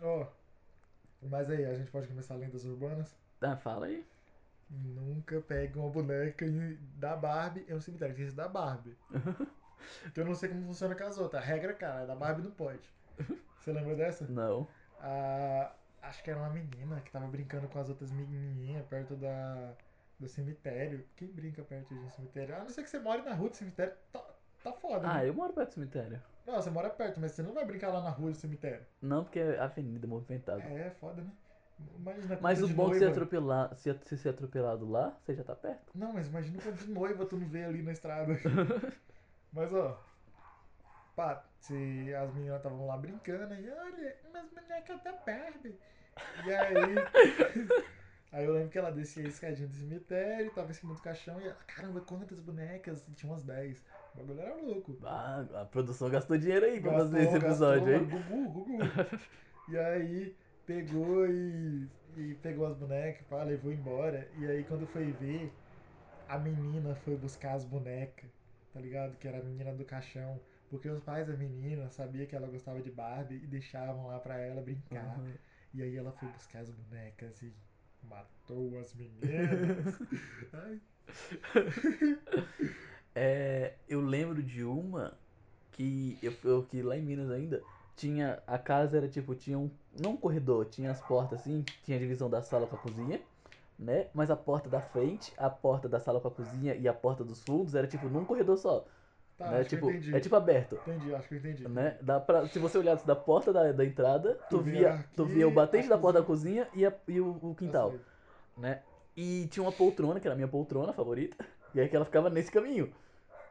Ó, mas aí, a gente pode começar lendas urbanas? Tá, fala aí. Nunca pegue uma boneca e- da Barbie é um cemitério. Tem esse da Barbie. que eu não sei como funciona com as outras. A regra, é cara, a da Barbie não pode. Você lembra dessa? Não. A- acho que era uma menina que tava brincando com as outras menininhas perto da, do cemitério. Quem brinca perto de um cemitério? A não ser que você more na rua do cemitério, tá, tá foda. Ah, é. né? eu moro perto do cemitério. Não, você mora perto, mas você não vai brincar lá na rua do cemitério. Não, porque é avenida movimentada. É, é foda, né? Imagina Mas quando o de bom é que se noiva- atropelar, se, se ser atropelado lá, você já tá perto. Não, mas imagina quando de noiva tu não vê ali na estrada. mas ó. Pá, se as meninas estavam lá brincando, e olha, mas boneca da Barbie. E aí. aí eu lembro que ela descia a escadinha do cemitério, tava em cima do caixão, e ela, caramba, quantas bonecas? E tinha umas 10. O bagulho era louco. Ah, a produção gastou dinheiro aí pra fazer esse episódio, gastou, hein? Gugu, Gugu. E aí pegou e, e pegou as bonecas, pá, levou embora. E aí quando foi ver, a menina foi buscar as bonecas, tá ligado? Que era a menina do caixão. Porque os pais da menina sabiam que ela gostava de Barbie e deixavam lá pra ela brincar. Uhum. E aí ela foi buscar as bonecas e matou as meninas. Ai, É, eu lembro de uma que eu, eu que lá em Minas ainda tinha a casa era tipo tinha um não um corredor tinha as portas assim tinha a divisão da sala com a cozinha né mas a porta da frente a porta da sala com a cozinha e a porta dos fundos era tipo num corredor só tá, né acho tipo que eu entendi. é tipo aberto Entendi, acho que eu entendi. né dá pra, se você olhasse da porta da, da entrada tu, Tu via via tu aqui, via o batente a da porta da cozinha e, a- e o, o quintal Eu sei. né? E tinha uma poltrona, que era a minha poltrona favorita, e aí que ela ficava nesse caminho,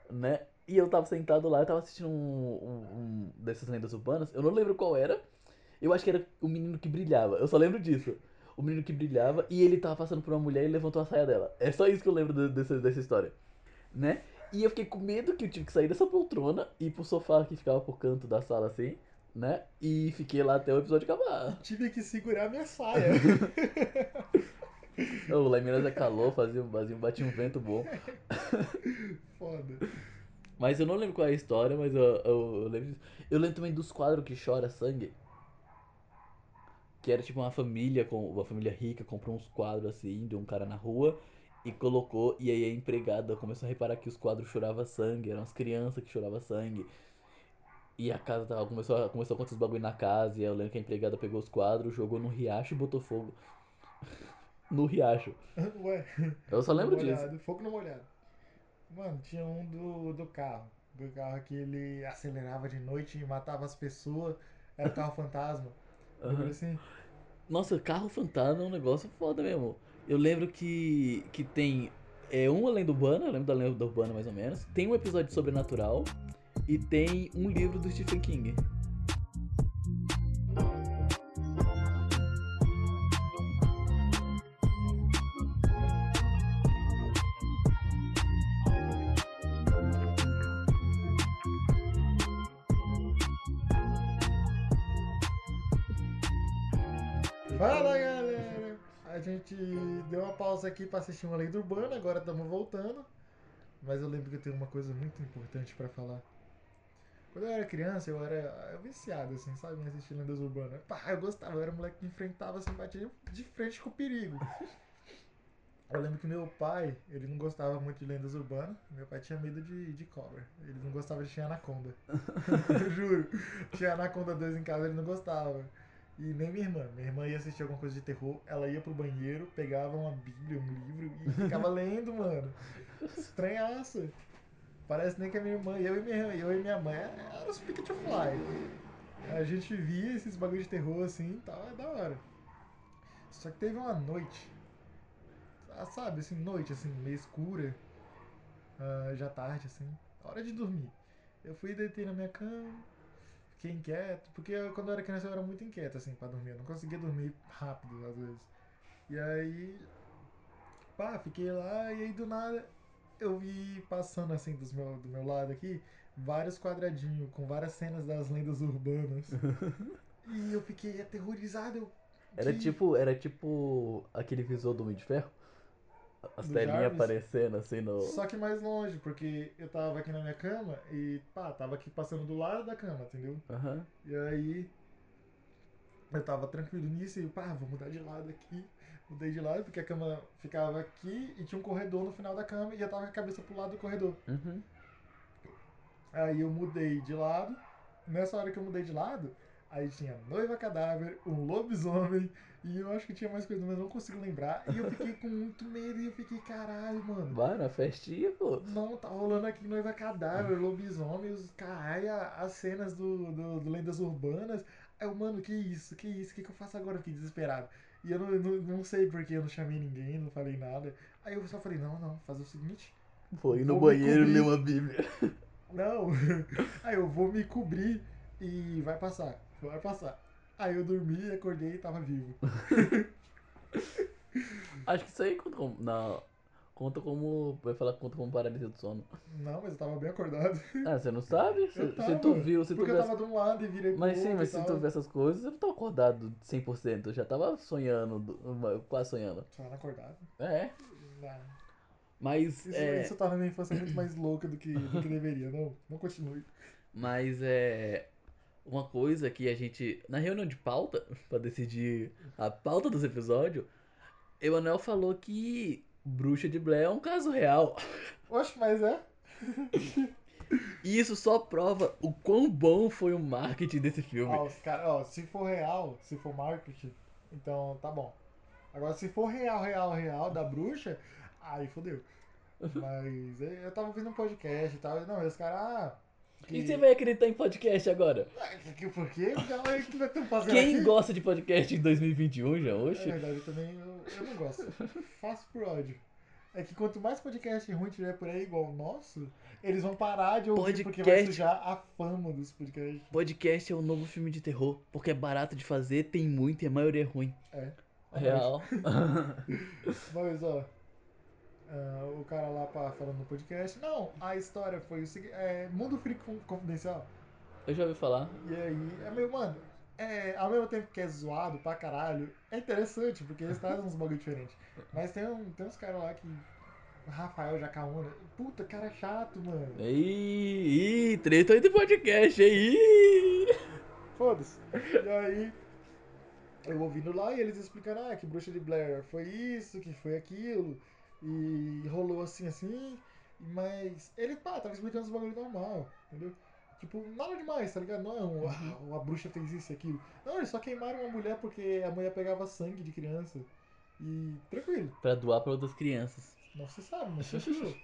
né? E eu tava sentado lá, eu tava assistindo um, um- um dessas lendas urbanas, eu não lembro qual era, eu acho que era o menino que brilhava, eu só lembro disso. O menino que brilhava e ele tava passando por uma mulher e levantou a saia dela. É só isso que eu lembro do- dessa, dessa história, né? E eu fiquei com medo que eu tive que sair dessa poltrona e ir pro sofá que ficava por canto da sala assim, né? E fiquei lá até o episódio acabar. Tive que segurar minha saia. Ô, lá em Minas é calor, fazia, fazia, batia um vento bom. Foda. Mas eu não lembro qual é a história, mas eu, eu- eu lembro. disso. Eu lembro também dos quadros que chora sangue. Que era tipo uma família com uma família rica comprou uns quadros assim de um cara na rua e colocou e aí a empregada começou a reparar que os quadros choravam sangue, eram as crianças que choravam sangue. E a casa tava, começou a começou a acontecer os bagulho na casa e eu lembro que a empregada pegou os quadros, jogou no riacho e botou fogo. no riacho. Ué, Eu só lembro disso. molhado, fogo no molhado. Mano, tinha um do, do carro. Do carro que ele acelerava de noite e matava as pessoas. Era o carro fantasma. Eu Aham. falei assim, Nossa, carro fantasma é um negócio foda mesmo. Eu lembro que, que tem é, uma lenda urbana, eu lembro da lenda urbana mais ou menos. Tem um episódio de sobrenatural e tem um livro do Stephen King. fala galera! A gente deu uma pausa aqui pra assistir uma lenda urbana, agora estamos voltando. Mas eu lembro que eu tenho uma coisa muito importante pra falar. Quando eu era criança, eu era eu viciado, assim, sabe, em assistir lendas urbanas. Pá, eu gostava, eu era um moleque que enfrentava, assim, batia de frente com o perigo. Eu lembro que meu pai, ele não gostava muito de lendas urbanas. Meu pai tinha medo de, de cobra. Ele não gostava de tinha anaconda. Eu Juro. Tinha anaconda 2 em casa, ele não gostava. E nem minha irmã. Minha irmã ia assistir alguma coisa de terror, ela ia pro banheiro, pegava uma bíblia, um livro e ficava lendo, mano. Estranhaço. Parece nem que a minha irmã, eu e minha, irmã- eu e minha mãe, era os Pikachu Fly. A gente via esses bagulho de terror assim e tal, é da hora. Só que teve uma noite, ah, sabe, assim, noite, assim, meio escura, ah, já tarde, assim, hora de dormir. Eu fui deitei na minha cama, fiquei inquieto, porque eu, quando eu era criança eu era muito inquieto, assim, pra dormir. Eu não conseguia dormir rápido, às vezes. E aí, pá, fiquei lá e aí do nada eu vi passando, assim, dos meu, do meu lado aqui, vários quadradinhos com várias cenas das lendas urbanas. e eu fiquei aterrorizado. Eu, Era "Que tipo, era tipo aquele visor do Homem de Ferro. As Do telinhas Jarvis? aparecendo assim no. Só que mais longe, porque eu tava aqui na minha cama e, pá, tava aqui passando do lado da cama, entendeu? Aham. E aí Eu tava tranquilo nisso e eu, pá, vou mudar de lado aqui. Mudei de lado porque a cama ficava aqui e tinha um corredor no final da cama e eu tava com a cabeça pro lado do corredor. Uhum. Aí eu mudei de lado. Nessa hora que eu mudei de lado, aí tinha noiva cadáver, um lobisomem e eu acho que tinha mais coisa, mas não consigo lembrar. E eu fiquei com muito medo e eu fiquei, caralho, mano. Vai na festinha, pô. Não, tá rolando aqui Noiva Cadáver, Hum. Lobisomem, os caralho, as cenas do, do, do Lendas Urbanas. Aí eu, mano, que isso, que isso, o que, que eu faço agora? Eu Fiquei desesperado. E eu não, não, não sei porque eu não chamei ninguém, não falei nada. Aí eu só falei, não, não, fazer o seguinte. Vou ir no Vou me banheiro cobrir. ler uma bíblia. Não, aí eu vou me cobrir e vai passar, vai passar. Aí eu dormi, acordei e tava vivo. Acho que isso aí conta como... Não. Conta como... Vai falar que conta como paralisia do sono. Não, mas eu tava bem acordado. Ah, você não sabe? Se, tava, se tu viu, se tu Porque viu... eu as- tava de um lado e virei pro Mas outro sim, mas e se tu tal. vê essas coisas, eu não tô acordado 100%. Eu já tava sonhando, do- quase sonhando. Só era acordado. É. Não. Mas Isso, é... isso tá na minha infância muito mais louca do que, do que deveria. Não, não continue. Mas é uma coisa que a gente, na reunião de pauta, pra decidir a pauta dos episódios, Emanuel falou que Bruxa de Blair é um caso real. Oxe, mas é? E isso só prova o quão bom foi o marketing desse filme. Ó, os cara, ó, se for real, se for marketing, então tá bom. Agora, se for real, real, real da bruxa, aí fodeu. Mas é, eu tava ouvindo um podcast e tal. e Não, e os caras. Ah, E você vai acreditar em podcast agora? Ah, que- que- Por quê? Não, é que nós estamos fazendo Quem aqui? gosta de podcast em 2021, já É hoje? verdade, eu também eu, eu não gosto. Faço por ódio. É que quanto mais podcast ruim tiver por aí, igual o nosso, eles vão parar de ouvir porque vai Podcast. sujar a fama desse podcast. Podcast é o novo filme de terror, porque é barato de fazer, tem muito e a maioria é ruim. É. Real. Mas, ó. ah, o cara lá pá, falando no podcast. Não, a história foi o seguinte: é, Mundo Freak Con- Confidencial. Eu já ouvi falar. E aí, é meio, mano. É, ao mesmo tempo que é zoado pra caralho, é interessante, porque eles trazem uns bagulho diferente. Mas tem, um, tem uns caras lá que. Rafael Jacaúna. Puta, cara é chato, mano. Ih, ih, treta aí do podcast, hein? Ih. Foda-se. E aí, eu ouvindo lá e eles explicando, ah, que Bruxa de Blair foi isso, que foi aquilo, e rolou assim, assim, mas ele, pá, tava explicando os bagulho normal, entendeu? Tipo, nada demais, tá ligado? Não é um, ah, a bruxa fez isso e aquilo. Não, eles só queimaram uma mulher porque a mulher pegava sangue de criança. E tranquilo, Pra doar pra outras crianças. não se sabe, mas tranquilo.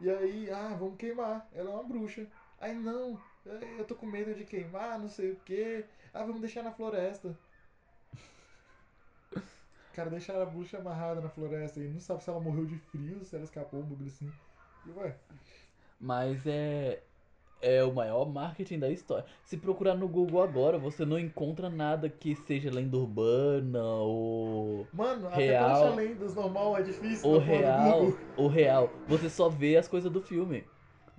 E aí, ah, vamos queimar. Ela é uma bruxa. Aí, não, eh, eu tô com medo de queimar, não sei o quê. Ah, vamos deixar na floresta. Cara, deixaram a bruxa amarrada na floresta e não sabe se ela morreu de frio, se ela escapou, um bagulho assim. E ué, Mas é. É o maior marketing da história. Se procurar no Google agora, você não encontra nada que seja lenda urbana ou. mano, Real. até para lendas normal é difícil. ou na porra do real. Google. Ou real. Você só vê as coisas do filme.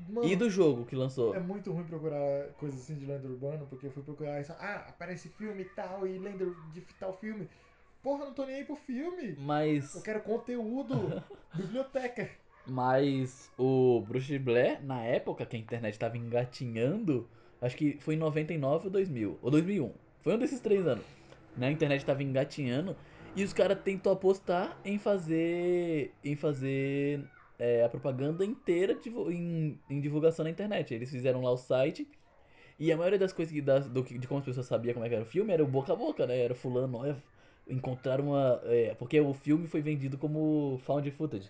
Mano, E do jogo que lançou. É muito ruim procurar coisas assim de lenda urbana, porque eu fui procurar isso. Ah, aparece filme e tal, e lenda de tal filme. Porra, não tô nem aí pro filme. Eu Mas. quero conteúdo. Biblioteca. Mas o Bruce de Blair, na época que a internet tava engatinhando, acho que foi em 99 ou 2000, ou 2001. Foi um desses três anos. Né? A internet tava engatinhando e os caras tentou apostar em fazer em fazer é, a propaganda inteira divu- em, em divulgação na internet. Eles fizeram lá o site e a maioria das coisas que, das, do que- de como as pessoas sabiam como é que era o filme era o boca a boca, né? Era fulano, olha, encontraram uma... é, porque o filme foi vendido como found footage.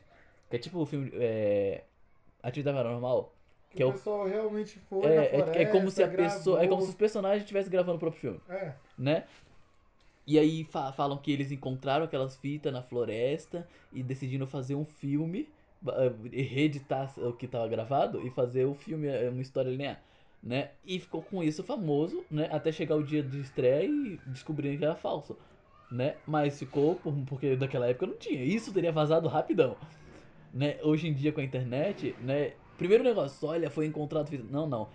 Que é tipo o filme. É, Atividade Paranormal. Que, Que é o o- pessoal realmente foi na É, floresta, é, é como se a gravou. pessoa. É como se os personagens estivessem gravando o próprio filme, É, né? E aí fa- falam que eles encontraram aquelas fitas na floresta e decidiram fazer um filme, ba- eh, reeditar o que estava gravado e fazer o filme, eh, uma história linear, né? E ficou com isso famoso, né? Até chegar o dia de estreia e descobrirem que era falso, né? Mas ficou por- porque daquela época não tinha. Isso teria vazado rapidão, né? Hoje em dia com a internet, né? Primeiro negócio, olha, foi encontrado fita. Não, não.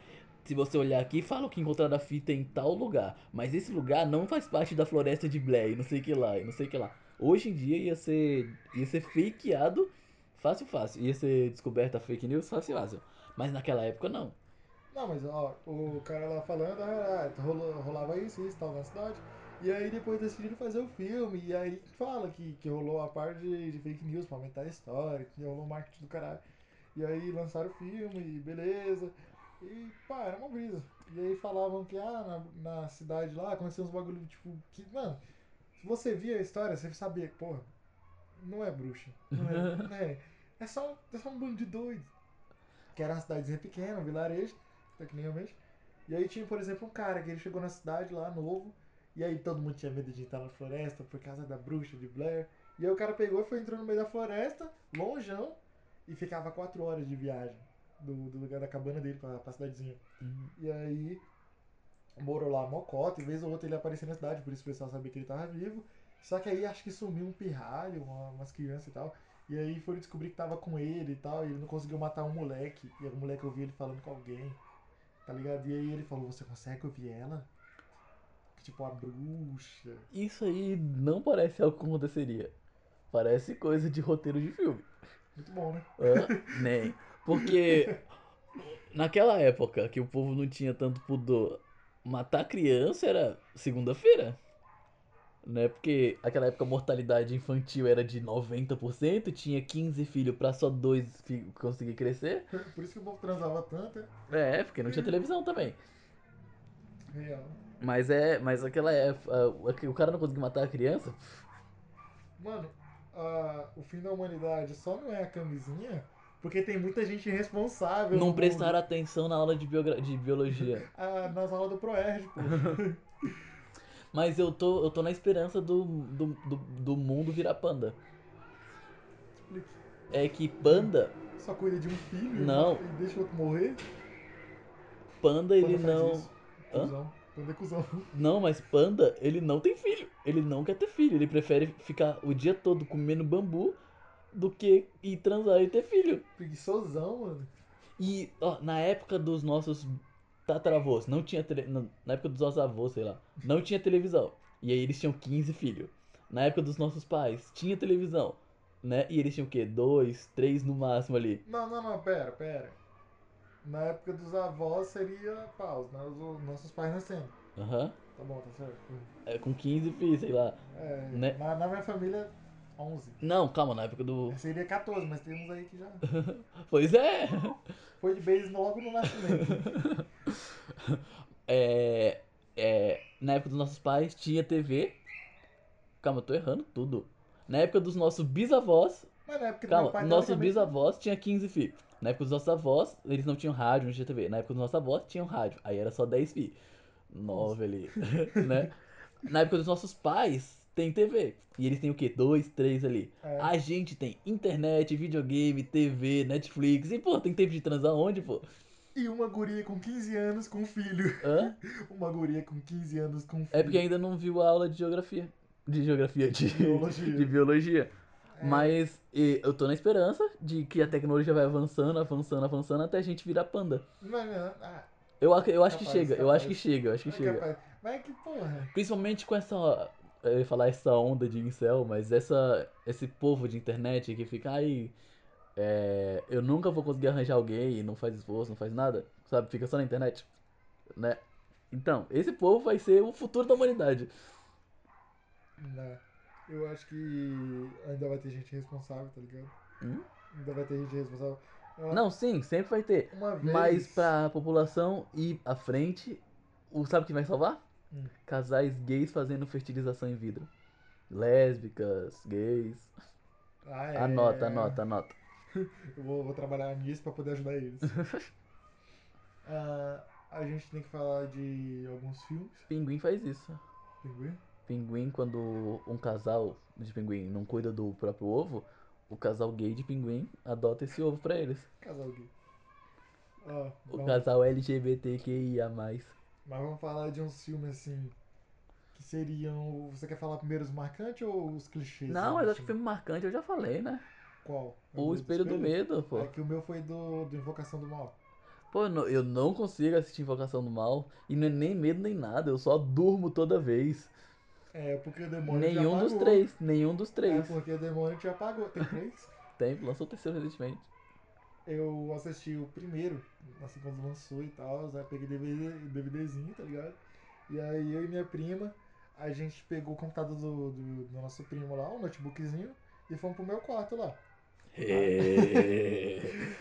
Se você olhar aqui, fala que encontraram a fita é em tal lugar. Mas esse lugar não faz parte da floresta de Blair, e não sei o que lá, e não sei o que lá. Hoje em dia ia ser. ia ser fakeado fácil, fácil. Ia ser descoberta fake news fácil, fácil. Mas naquela época não. não, mas ó, o cara lá falando, ah, rolou- rolava isso, isso, tal, na cidade. E aí depois decidiram fazer o filme, e aí fala que, que rolou a parte de, de fake news pra aumentar a história, que rolou um marketing do caralho. E aí lançaram o filme, e beleza. E pá, era uma brisa. E aí falavam que, ah, na, na cidade lá aconteceu uns bagulho, tipo, que, mano, se você via a história, você sabia, porra, não é bruxa. Não é, não é, é, só, um- é só um bando de doido. Que era uma cidadezinha pequena, um vilarejo, tecnicamente. E aí tinha, por exemplo, um cara que ele chegou na cidade lá, novo, e aí todo mundo tinha medo de entrar na floresta por causa da bruxa de Blair. E aí o cara pegou e foi entrando no meio da floresta, longeão, e ficava quatro horas de viagem do, do lugar da cabana dele pra, pra cidadezinha. Uhum. E aí morou lá mocota, e vez ou outra ele aparecia na cidade, por isso o pessoal sabia que ele tava vivo. Só que aí acho que sumiu um pirralho, uma- umas crianças e tal. E aí foram descobrir que tava com ele e tal, e ele não conseguiu matar um moleque. E aí o moleque ouviu ele falando com alguém, tá ligado? E aí ele falou, você consegue ouvir ela? Que, Tipo, a bruxa. Isso aí não parece algo que aconteceria. Parece coisa de roteiro de filme. Muito bom, né? Hã? Nem. Porque naquela época que o povo não tinha tanto pudor, matar criança era segunda-feira. Né? Porque aquela época a mortalidade infantil era de 90%, tinha 15 filhos pra só dois fi- conseguir crescer. Por isso que o povo transava tanto, é É, porque não tinha televisão também. real. Mas é, mas aquela época, o cara não conseguiu matar a criança, Mano, a- o fim da humanidade só não é a camisinha, porque tem muita gente irresponsável. no não mundo. prestaram atenção na aula de, biogra- de biologia. Ah, nas aulas do Proerd, pô. Mas eu tô, eu tô na esperança do, do, do, do mundo virar panda. É que panda, Só cuida de um filho Não. e deixa o outro morrer. panda ele Quando faz não. isso? Hã? Cusão. Quando é cuzão. Não, mas panda, ele não tem filho. Ele não quer ter filho. Ele prefere ficar o dia todo comendo bambu do que ir transar e ter filho. Preguiçosão, mano. E ó, na época dos nossos tataravôs, não tinha tele... não, na época dos nossos avós, sei lá, não tinha televisão. E aí eles tinham 15 filhos. Na época dos nossos pais, tinha televisão, né? E eles tinham o quê? Dois, três no máximo ali. Não, não, não, pera, pera. Na época dos avós seria paus, né? Os- nossos pais nascendo. Aham. Tá bom, tá certo. É, com 15 filhos, sei lá. É, Né? na, na minha família, 11. Não, calma, na época do. Seria 14, mas tem uns aí que já. Pois é! Foi de base logo no nascimento. É. É. Na época dos nossos pais tinha TV. Calma, eu tô errando tudo. Na época dos nossos bisavós, Mas na época do meu Calma, pai nossos teoricamente, bisavós tinha 15 fi. Na época dos nossos avós, eles não tinham rádio, não tinha TV. Na época dos nossos avós, tinham rádio. Aí era só 10 fi. 9 ali, né? Na época dos nossos pais, tem TV. E eles têm o quê? 2, 3 ali. É. A gente tem internet, videogame, TV, Netflix. E, pô, tem tempo de transar onde, pô? E uma guria com 15 anos com filho. Hã? Uma guria com 15 anos com filho. É porque ainda não viu a aula de geografia. De geografia, de Biologia. de biologia. É. Mas e, eu tô na esperança de que a tecnologia vai avançando, avançando, avançando até a gente virar panda. Mas, ah, Eu, ac- eu acho que Capaz, chega, eu capaz. acho que chega, eu acho que Mas chega. capaz- Mas é que porra. Principalmente com essa. Eu ia falar essa onda de incel, mas essa, esse povo de internet que fica aí. é, eu nunca vou conseguir arranjar alguém e não faz esforço, não faz nada, sabe? Fica só na internet, né? Então, esse povo vai ser o futuro da humanidade. Não. né? Eu acho que ainda vai ter gente responsável, tá ligado? Hum? Ainda vai ter gente responsável. Ah, Não, sim, sempre vai ter. Uma vez. Mas pra população ir à frente, o sabe o que vai salvar? Hum. Casais gays fazendo fertilização in vidro. Lésbicas, gays. Ah, é. Anota, anota, anota. Eu vou, vou trabalhar nisso pra poder ajudar eles. Ah, a gente tem que falar de alguns filmes. Pinguim faz isso. Pinguim. Pinguim, quando um casal de pinguim não cuida do próprio ovo, o casal gay de pinguim adota esse ovo pra eles. Casal gay. Ah, O vamos- casal LGBTQIA. Mas vamos falar de uns filmes assim. Que seriam. Você quer falar primeiro os marcantes ou os clichês? Não, mas acho que foi. filme marcante eu já falei, né? Qual? O Espelho do Medo, pô. É que o meu foi do, do Invocação do Mal. Pô, eu não- eu não consigo assistir Invocação do Mal. E não é nem medo nem nada, eu só durmo toda vez. É, porque o demônio te Nenhum apagou. dos três, nenhum dos três. É, porque o demônio te apagou. Tem três? Tem, lançou o terceiro recentemente. Eu assisti o primeiro, assim quando né? lançou e tal, aí peguei DVD, DVDzinho, tá ligado? E aí eu e minha prima, a gente pegou o computador do, do, do nosso primo lá, o notebookzinho, e fomos pro meu quarto lá. É.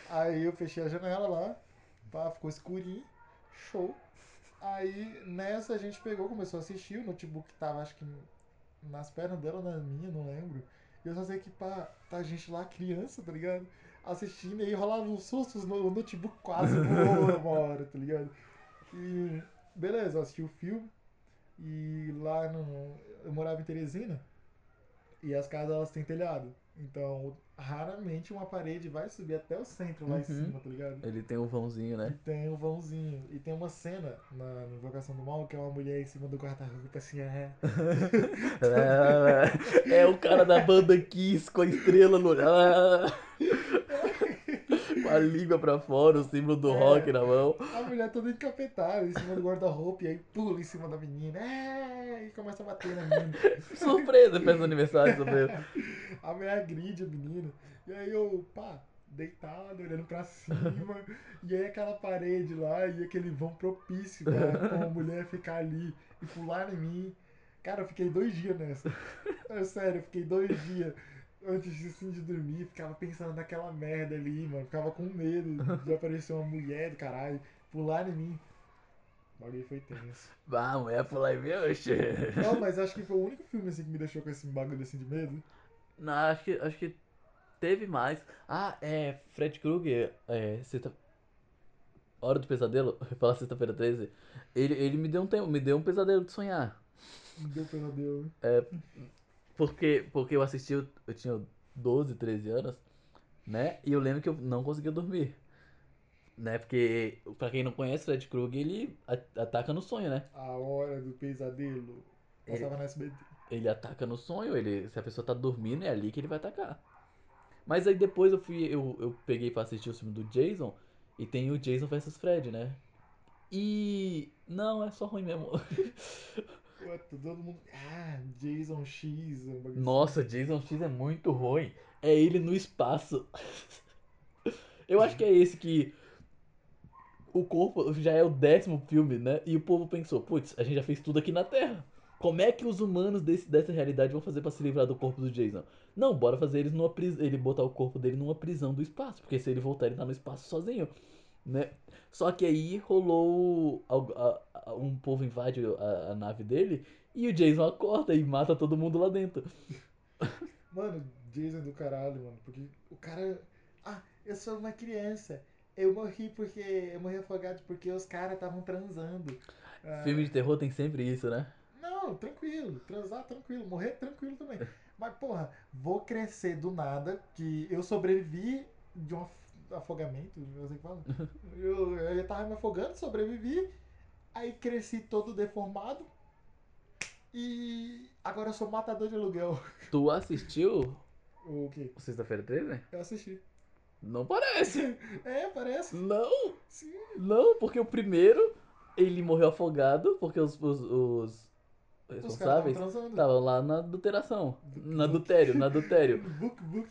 Aí eu fechei a janela lá, pá, ficou escurinho, show. Aí nessa a gente pegou, começou a assistir, o notebook tava acho que nas pernas dela, na minha, não lembro. E eu só sei que pá, tá a gente lá, criança, tá ligado? Assistindo e aí rolava uns sustos, no- o notebook quase voou uma hora, tá ligado? E beleza, eu assisti o filme e lá no, eu morava em Teresina e as casas elas têm telhado. Então, raramente uma parede vai subir até o centro lá em Uhum. cima, tá ligado? Ele tem um vãozinho, E né? tem o vãozinho. E tem uma cena na na Invocação do Mal que é uma mulher em cima do guarda-roupa assim, é. é o cara da banda Kiss com a estrela no. com a língua pra fora, o símbolo do É. rock na mão. A mulher toda encapetada em cima do guarda-roupa e aí pula em cima da menina. É, e começa a bater na menina. Surpresa, fez aniversário também. A mulher gride a menina. E aí eu, pá, deitado, olhando pra cima. e aí aquela parede lá e aquele vão propício pra, pra uma mulher ficar ali e pular em mim. Cara, eu fiquei dois dias nessa. É sério, eu fiquei dois dias. Antes assim, de dormir, ficava pensando naquela merda ali, mano. Ficava com medo de aparecer uma mulher do caralho, pular em mim. O bagulho foi tenso. Vamos, é pular e ver, oxe. Não, mas acho que foi o único filme assim que me deixou com esse bagulho assim de medo. Não, acho que, acho que teve mais. Ah, é. Fred Krueger, é. Sexta... Hora do pesadelo, eu ia falar sexta-feira 13. Ele, ele me deu um tempo, me deu um pesadelo de sonhar. Me deu pesadelo. né? Porque, porque eu assisti, eu, eu tinha 12, 13 anos, né? E eu lembro que eu não conseguia dormir. Né? Porque, pra quem não conhece, Fred Krueger, ele a- ataca no sonho, né? A Hora do Pesadelo. Passava na SBT. Ele ataca no sonho, ele, se a pessoa tá dormindo, é ali que ele vai atacar. Mas aí depois eu fui, eu, eu peguei pra assistir o filme do Jason e tem o Jason vs Fred, né? E não, é só ruim mesmo. Ué, todo mundo. Ah, Jason X. um bagulho Nossa, Jason X é muito ruim. É ele no espaço. Eu acho que é esse que o corpo já é o décimo filme, né? E o povo pensou, putz, a gente já fez tudo aqui na Terra. Como é que os humanos desse- dessa realidade vão fazer pra se livrar do corpo do Jason? Não, bora fazer eles numa prisão, ele botar o corpo dele numa prisão do espaço, porque se ele voltar ele tá no espaço sozinho, né? Só que aí rolou algo- a- a- um povo invade a- a nave dele e o Jason acorda e mata todo mundo lá dentro. assim. Mano, Jason do caralho, mano. Porque o cara. Ah, eu sou uma criança. Eu morri porque. Eu morri afogado porque os caras estavam transando. Ah, Filme de terror tem sempre isso, né? Não, tranquilo. Transar, tranquilo. Morrer, tranquilo também. Mas, porra, vou crescer do nada. Que eu sobrevivi de um af- afogamento, não sei o que fala. Eu, eu tava me afogando, sobrevivi. Aí cresci todo deformado. E agora eu sou matador de aluguel. Tu assistiu O quê? o Sexta-feira 13? Eu assisti. Não parece! É, parece. Não! Sim. Não, porque o primeiro ele morreu afogado porque os, os, os Os caras estavam responsáveis transando. estavam lá na adulteração. Na adultério, na adultério. Book, book.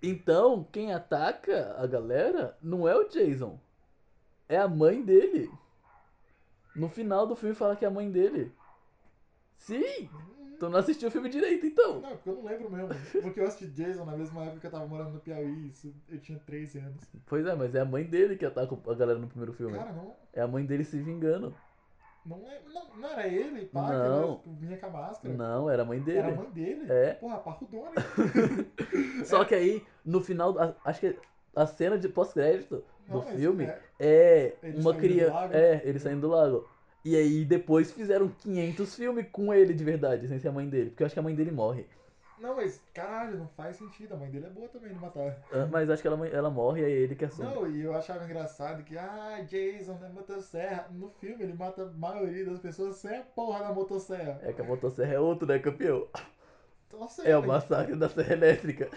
Então, quem ataca a galera não é o Jason. É a mãe dele. No final do filme fala que é a mãe dele. Sim! Hum, Tu não assistiu o filme direito, então. Não, é porque eu não lembro mesmo. Porque eu assisti Jason na mesma época que eu tava morando no Piauí. Isso, eu tinha 13 anos. Pois é, mas é a mãe dele que ataca a galera no primeiro filme. Cara, não, É a mãe dele se vingando. Não, é- não, não era ele, pá, Não. que era- vinha com a máscara. Não, era a mãe dele. É. Era a mãe dele. É. Porra, parrudona. Só que aí, no final, a- acho que a cena de pós-crédito Não, do mas, filme é, é Ele uma saindo do criança. lago. É, ele saindo do lago. E aí depois fizeram 500 filmes com ele de verdade, sem ser a mãe dele. Porque eu acho que a mãe dele morre. Não, mas caralho, não faz sentido. A mãe dele é boa também de matar. Ah, Mas acho que ela, ela morre e é ele que assume. Não, e eu achava engraçado que, ah, Jason na motosserra. No filme ele mata a maioria das pessoas sem a porra da motosserra. É que a motosserra é outro, né, campeão? Nossa, É o mas, Massacre da Serra Elétrica,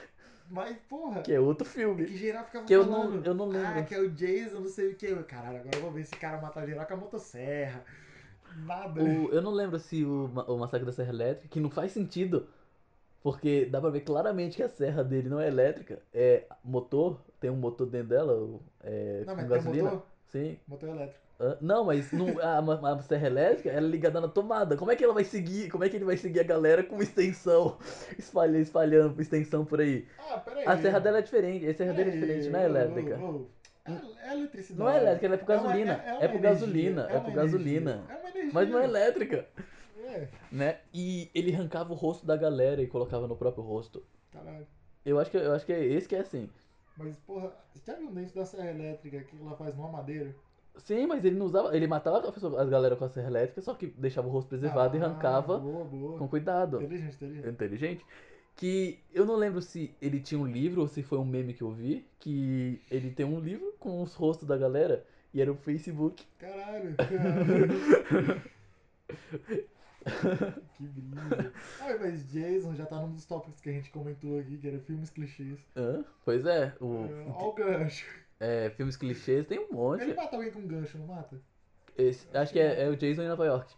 mas porra. que é outro filme. Que geral ficava Que eu falando. não- eu não lembro. Ah, que é o Jason, não sei o que. Caralho, agora eu vou ver esse cara matar geral com a motosserra. Nada. O- eu não lembro se o, ma- o Massacre da Serra Elétrica, que não faz sentido, porque dá pra ver claramente que a serra dele não é elétrica, é motor, tem um motor dentro dela, o- é, com não, mas tem gasolina. motor? Sim, Motor elétrico. Hã? Não, mas não- a, ma- a serra elétrica ela é ligada na tomada. Como é que ela vai seguir? Como é que ele vai seguir a galera com extensão? Espalha, espalhando extensão por aí. Ah, peraí. A serra dela é diferente, a serra dele é Peraí, diferente, não é ô, elétrica. ô, ô. É- É eletricidade. Não é elétrica, ela é por É uma- gasolina. é- é É uma por energia, gasolina, é é uma por energia, gasolina. É uma energia. Mas não é elétrica, É, né? E ele arrancava o rosto da galera e colocava no próprio rosto. caralho. Eu acho que, eu acho que é esse que é assim. Mas, porra, você já viu um dente da serra elétrica que ela faz numa madeira? Sim, mas ele não usava. Ele matava a pessoa- as galera com a serra elétrica, só que deixava o rosto preservado e Ah, arrancava Boa, boa. com cuidado. Inteligente, inteligente. inteligente, que eu não lembro se ele tinha um livro ou se foi um meme que eu vi, que ele tem um livro com os rostos da galera e era o Facebook. Caralho, caralho. que brisa. Ai, mas Jason já tá num dos tópicos que a gente comentou aqui, que era filmes clichês. Hã? Pois é, o É, Olha o gancho. é, filmes clichês tem um Ele monte. mata alguém com gancho, não mata? Esse- acho que é, é o Jason em Nova York.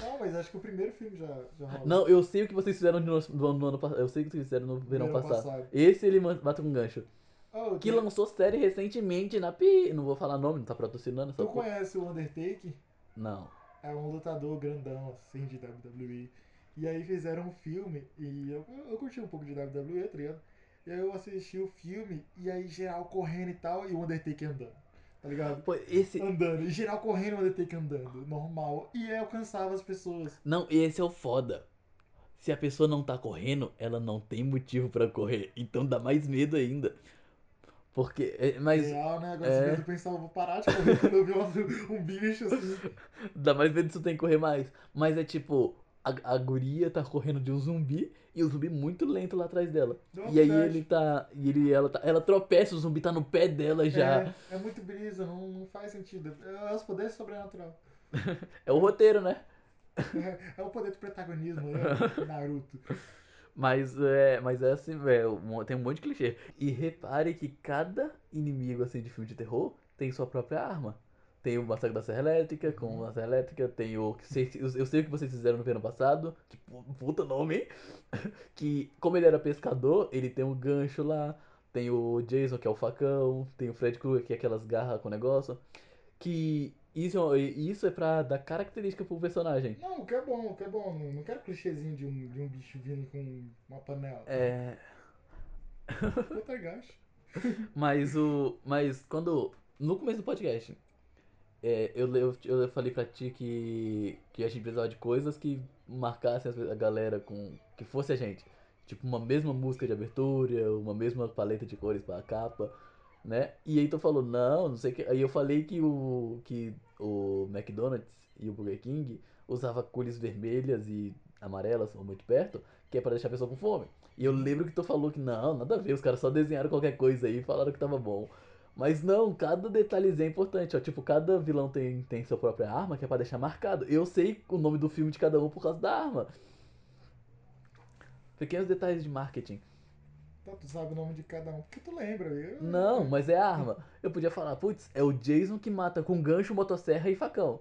Não, mas acho que o primeiro filme já, já rola. Não, eu sei o que vocês fizeram de no, do ano- no ano passado. Eu sei o que vocês fizeram no verão passado. Esse ele man- mata com gancho. Oh, Que tu, lançou série recentemente na Pi. Não vou falar nome, não tá patrocinando essa tu porra. conhece o Undertake? Não. É um lutador grandão, assim, de WWE. E aí fizeram um filme, e eu, eu, eu curti um pouco de WWE, tá ligado? E aí eu assisti o filme, e aí geral correndo e tal, e o Undertake andando, tá ligado? Pô, esse. Andando, e geral correndo, o Undertake andando, normal. E aí alcançava as pessoas. Não, esse é o foda. Se a pessoa não tá correndo, ela não tem motivo pra correr. Então dá mais medo ainda. Porque. é, Mas Real, né? Agora você é. fez eu pensar, eu vou parar de correr quando eu vi um, um bicho assim. dá mais medo se tu tem que correr mais. Mas é tipo, a, a guria tá correndo de um zumbi e o zumbi muito lento lá atrás dela. Deu uma E aí vontade. ele tá. E ele, ela tá. Ela tropeça, o zumbi tá no pé dela já. É, é muito brisa, não, não faz sentido. É, é os poderes sobrenatural. É o roteiro, né? É, é o poder do protagonismo, né? Naruto. Mas é, mas é assim, velho. um- Tem um monte de clichê. E repare que cada inimigo assim de filme de terror tem sua própria arma. Tem o Massacre da Serra Elétrica, com Uhum. a Serra Elétrica, tem o. que sei- Eu eu sei o que vocês fizeram no verão passado. Que pu- puta nome, hein? Que, como ele era pescador, ele tem um gancho lá. Tem o Jason, que é o facão. Tem o Fred Krueger, que é aquelas garras com negócio. Que isso, é um- isso é pra dar característica pro personagem. Não, o que é bom, o que é bom. Não, não quero clichêzinho de um, de um bicho vindo com uma panela. É. Poltergeist. Mas o. Mas quando. No começo do podcast, é, eu, le- eu, eu falei pra ti que, que a gente precisava de coisas que marcassem as pe- a galera com. que fosse a gente. Tipo, uma mesma música de abertura, uma mesma paleta de cores pra capa, né? E aí tu falou, não, não sei o que. Aí eu falei que o. que o McDonald's e o Burger King usava cores vermelhas e amarelas, ou muito perto, que é pra deixar a pessoa com fome. E eu lembro que tu falou que não, nada a ver, os caras só desenharam qualquer coisa aí e falaram que tava bom. Mas não, cada detalhezinho é importante, ó. Tipo, cada vilão tem, tem sua própria arma, que é pra deixar marcado. Eu sei o nome do filme de cada um por causa da arma. Pequenos detalhes de marketing. Tá, tu sabe o nome de cada um, porque tu lembra. Eu, Não, mas é arma. Eu podia falar, putz, é o Jason que mata com gancho, motosserra e facão.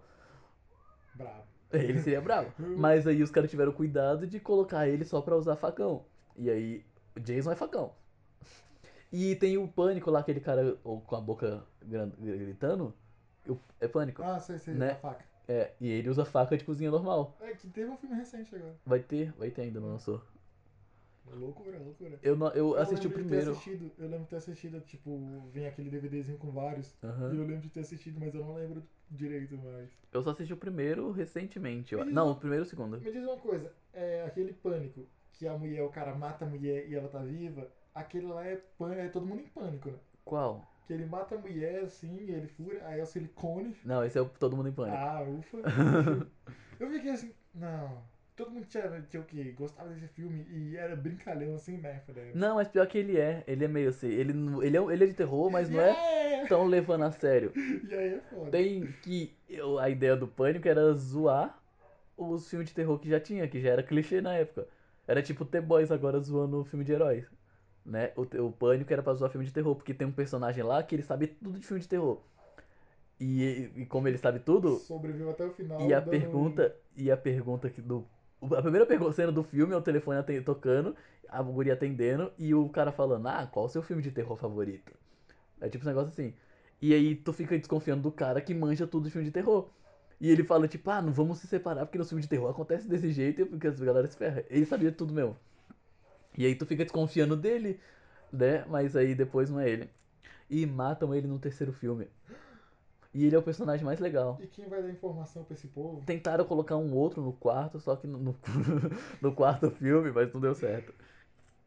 Bravo. Ele seria bravo. Mas aí os caras tiveram cuidado de colocar ele só pra usar facão. E aí, o Jason é facão. E tem o pânico lá, aquele cara ou, com a boca gran- gritando. Eu- É pânico. Ah, sei, sei, Né? a faca. É, e ele usa faca de cozinha normal. É que teve um filme recente agora. Vai ter, vai ter ainda, não lançou. Loucura, loucura. Eu, não, eu assisti o lembro de ter primeiro. assistido- eu lembro de ter assistido, tipo, vem aquele DVDzinho com vários. Aham. E eu lembro de ter assistido, mas eu não lembro direito mais. Eu só assisti o primeiro recentemente. eu- Mas Não, não- o primeiro e o segundo. Me diz uma coisa, é aquele pânico que a mulher, o cara mata a mulher e ela tá viva, aquele lá é, pân- é todo mundo em pânico, né? Qual? Que ele mata a mulher assim, ele fura, aí é o silicone. Não, esse é o Todo Mundo em Pânico. Ah, ufa. Eu fiquei assim, não. Todo mundo tinha, tinha o quê? Gostava desse filme e era brincalhão assim, né? Falei, Não, mas pior que ele é. Ele é meio assim. Ele, não- ele, é, ele é de terror, mas não é yeah! tão levando a sério. E aí é foda. Tem que. eu- a ideia do pânico era zoar os filmes de terror que já tinha, que já era clichê na época. Era tipo The Boys agora zoando o filme de heróis. Né? O, te- o pânico era pra zoar filme de terror, porque tem um personagem lá que ele sabe tudo de filme de terror. E, e- e como ele sabe tudo, Sobreviveu até o final. e a dando- um pergunta. E a pergunta que do. A primeira pergu- cena do filme é o telefone aten- tocando, a guria atendendo e o cara falando: Ah, qual o seu filme de terror favorito? É tipo um negócio assim. E aí tu fica desconfiando do cara que manja tudo de filme de terror. E ele fala, tipo, ah, não vamos se separar porque no filme de terror acontece desse jeito porque as galera se ferra. Ele sabia tudo mesmo. E aí tu fica desconfiando dele, né? Mas aí depois não é ele. E matam ele no terceiro filme. E ele é o personagem mais legal. E quem vai dar informação pra esse povo? Tentaram colocar um outro no quarto, só que no, no, no quarto filme, mas não deu certo.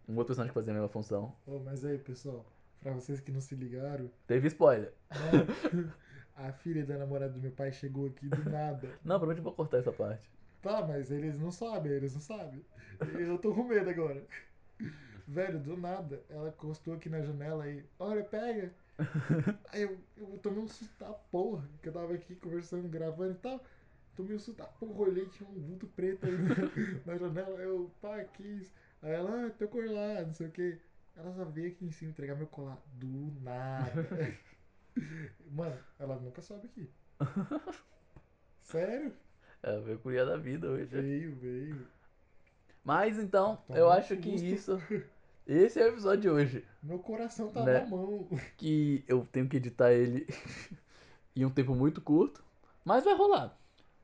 Um outro personagem que fazia a mesma função. Ô, Oh, mas aí, pessoal, pra vocês que não se ligaram, Teve spoiler. né? a filha da namorada do meu pai chegou aqui do nada. Não, provavelmente vou cortar essa parte. Tá, mas eles não sabem, eles não sabem. Eu tô com medo agora. Velho, do nada, ela encostou aqui na janela e, olha, pega. Aí eu, eu tomei um susto da porra, que eu tava aqui conversando, gravando e tal. Tomei um susto da porra, olhei, tinha um vulto preto aí na, na janela. Eu, pá, que isso? Aí ela, ah, teu colar, não sei o que. Ela só veio aqui em cima entregar meu colar. Do nada. Mano, ela nunca sobe aqui. Sério? É, veio curia da vida hoje. Veio, veio. Mas então, Tomou eu um acho que isso. susto. Esse é o episódio de hoje. Meu coração tá Né? na mão. Que eu tenho que editar ele em um tempo muito curto. Mas vai rolar.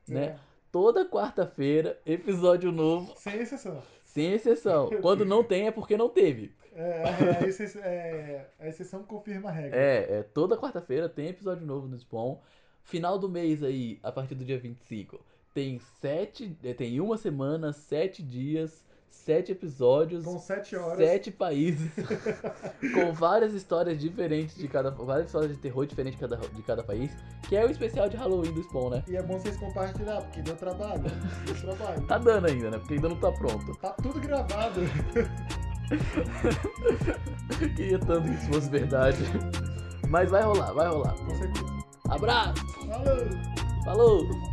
É. Né? Toda quarta-feira, episódio novo, Sem exceção. sem exceção. Quando não tem é porque não teve. É, a, exce- é, a exceção confirma a regra. É, é toda quarta-feira tem episódio novo no Spawn. Final do mês aí, a partir do dia 25, tem sete. eh, Tem uma semana, sete dias, sete episódios. Com sete horas. É. Sete países com várias histórias diferentes de cada. Várias histórias de terror diferentes de cada, de cada país. Que é o especial de Halloween do Spawn, né? E é bom vocês compartilhar, porque deu trabalho. Deu trabalho. Tá dando ainda, né? Porque ainda não tá pronto. Tá tudo gravado. Queria tanto que isso fosse verdade. Mas vai rolar, vai rolar. Com certeza. Abraço! Falou! Falou!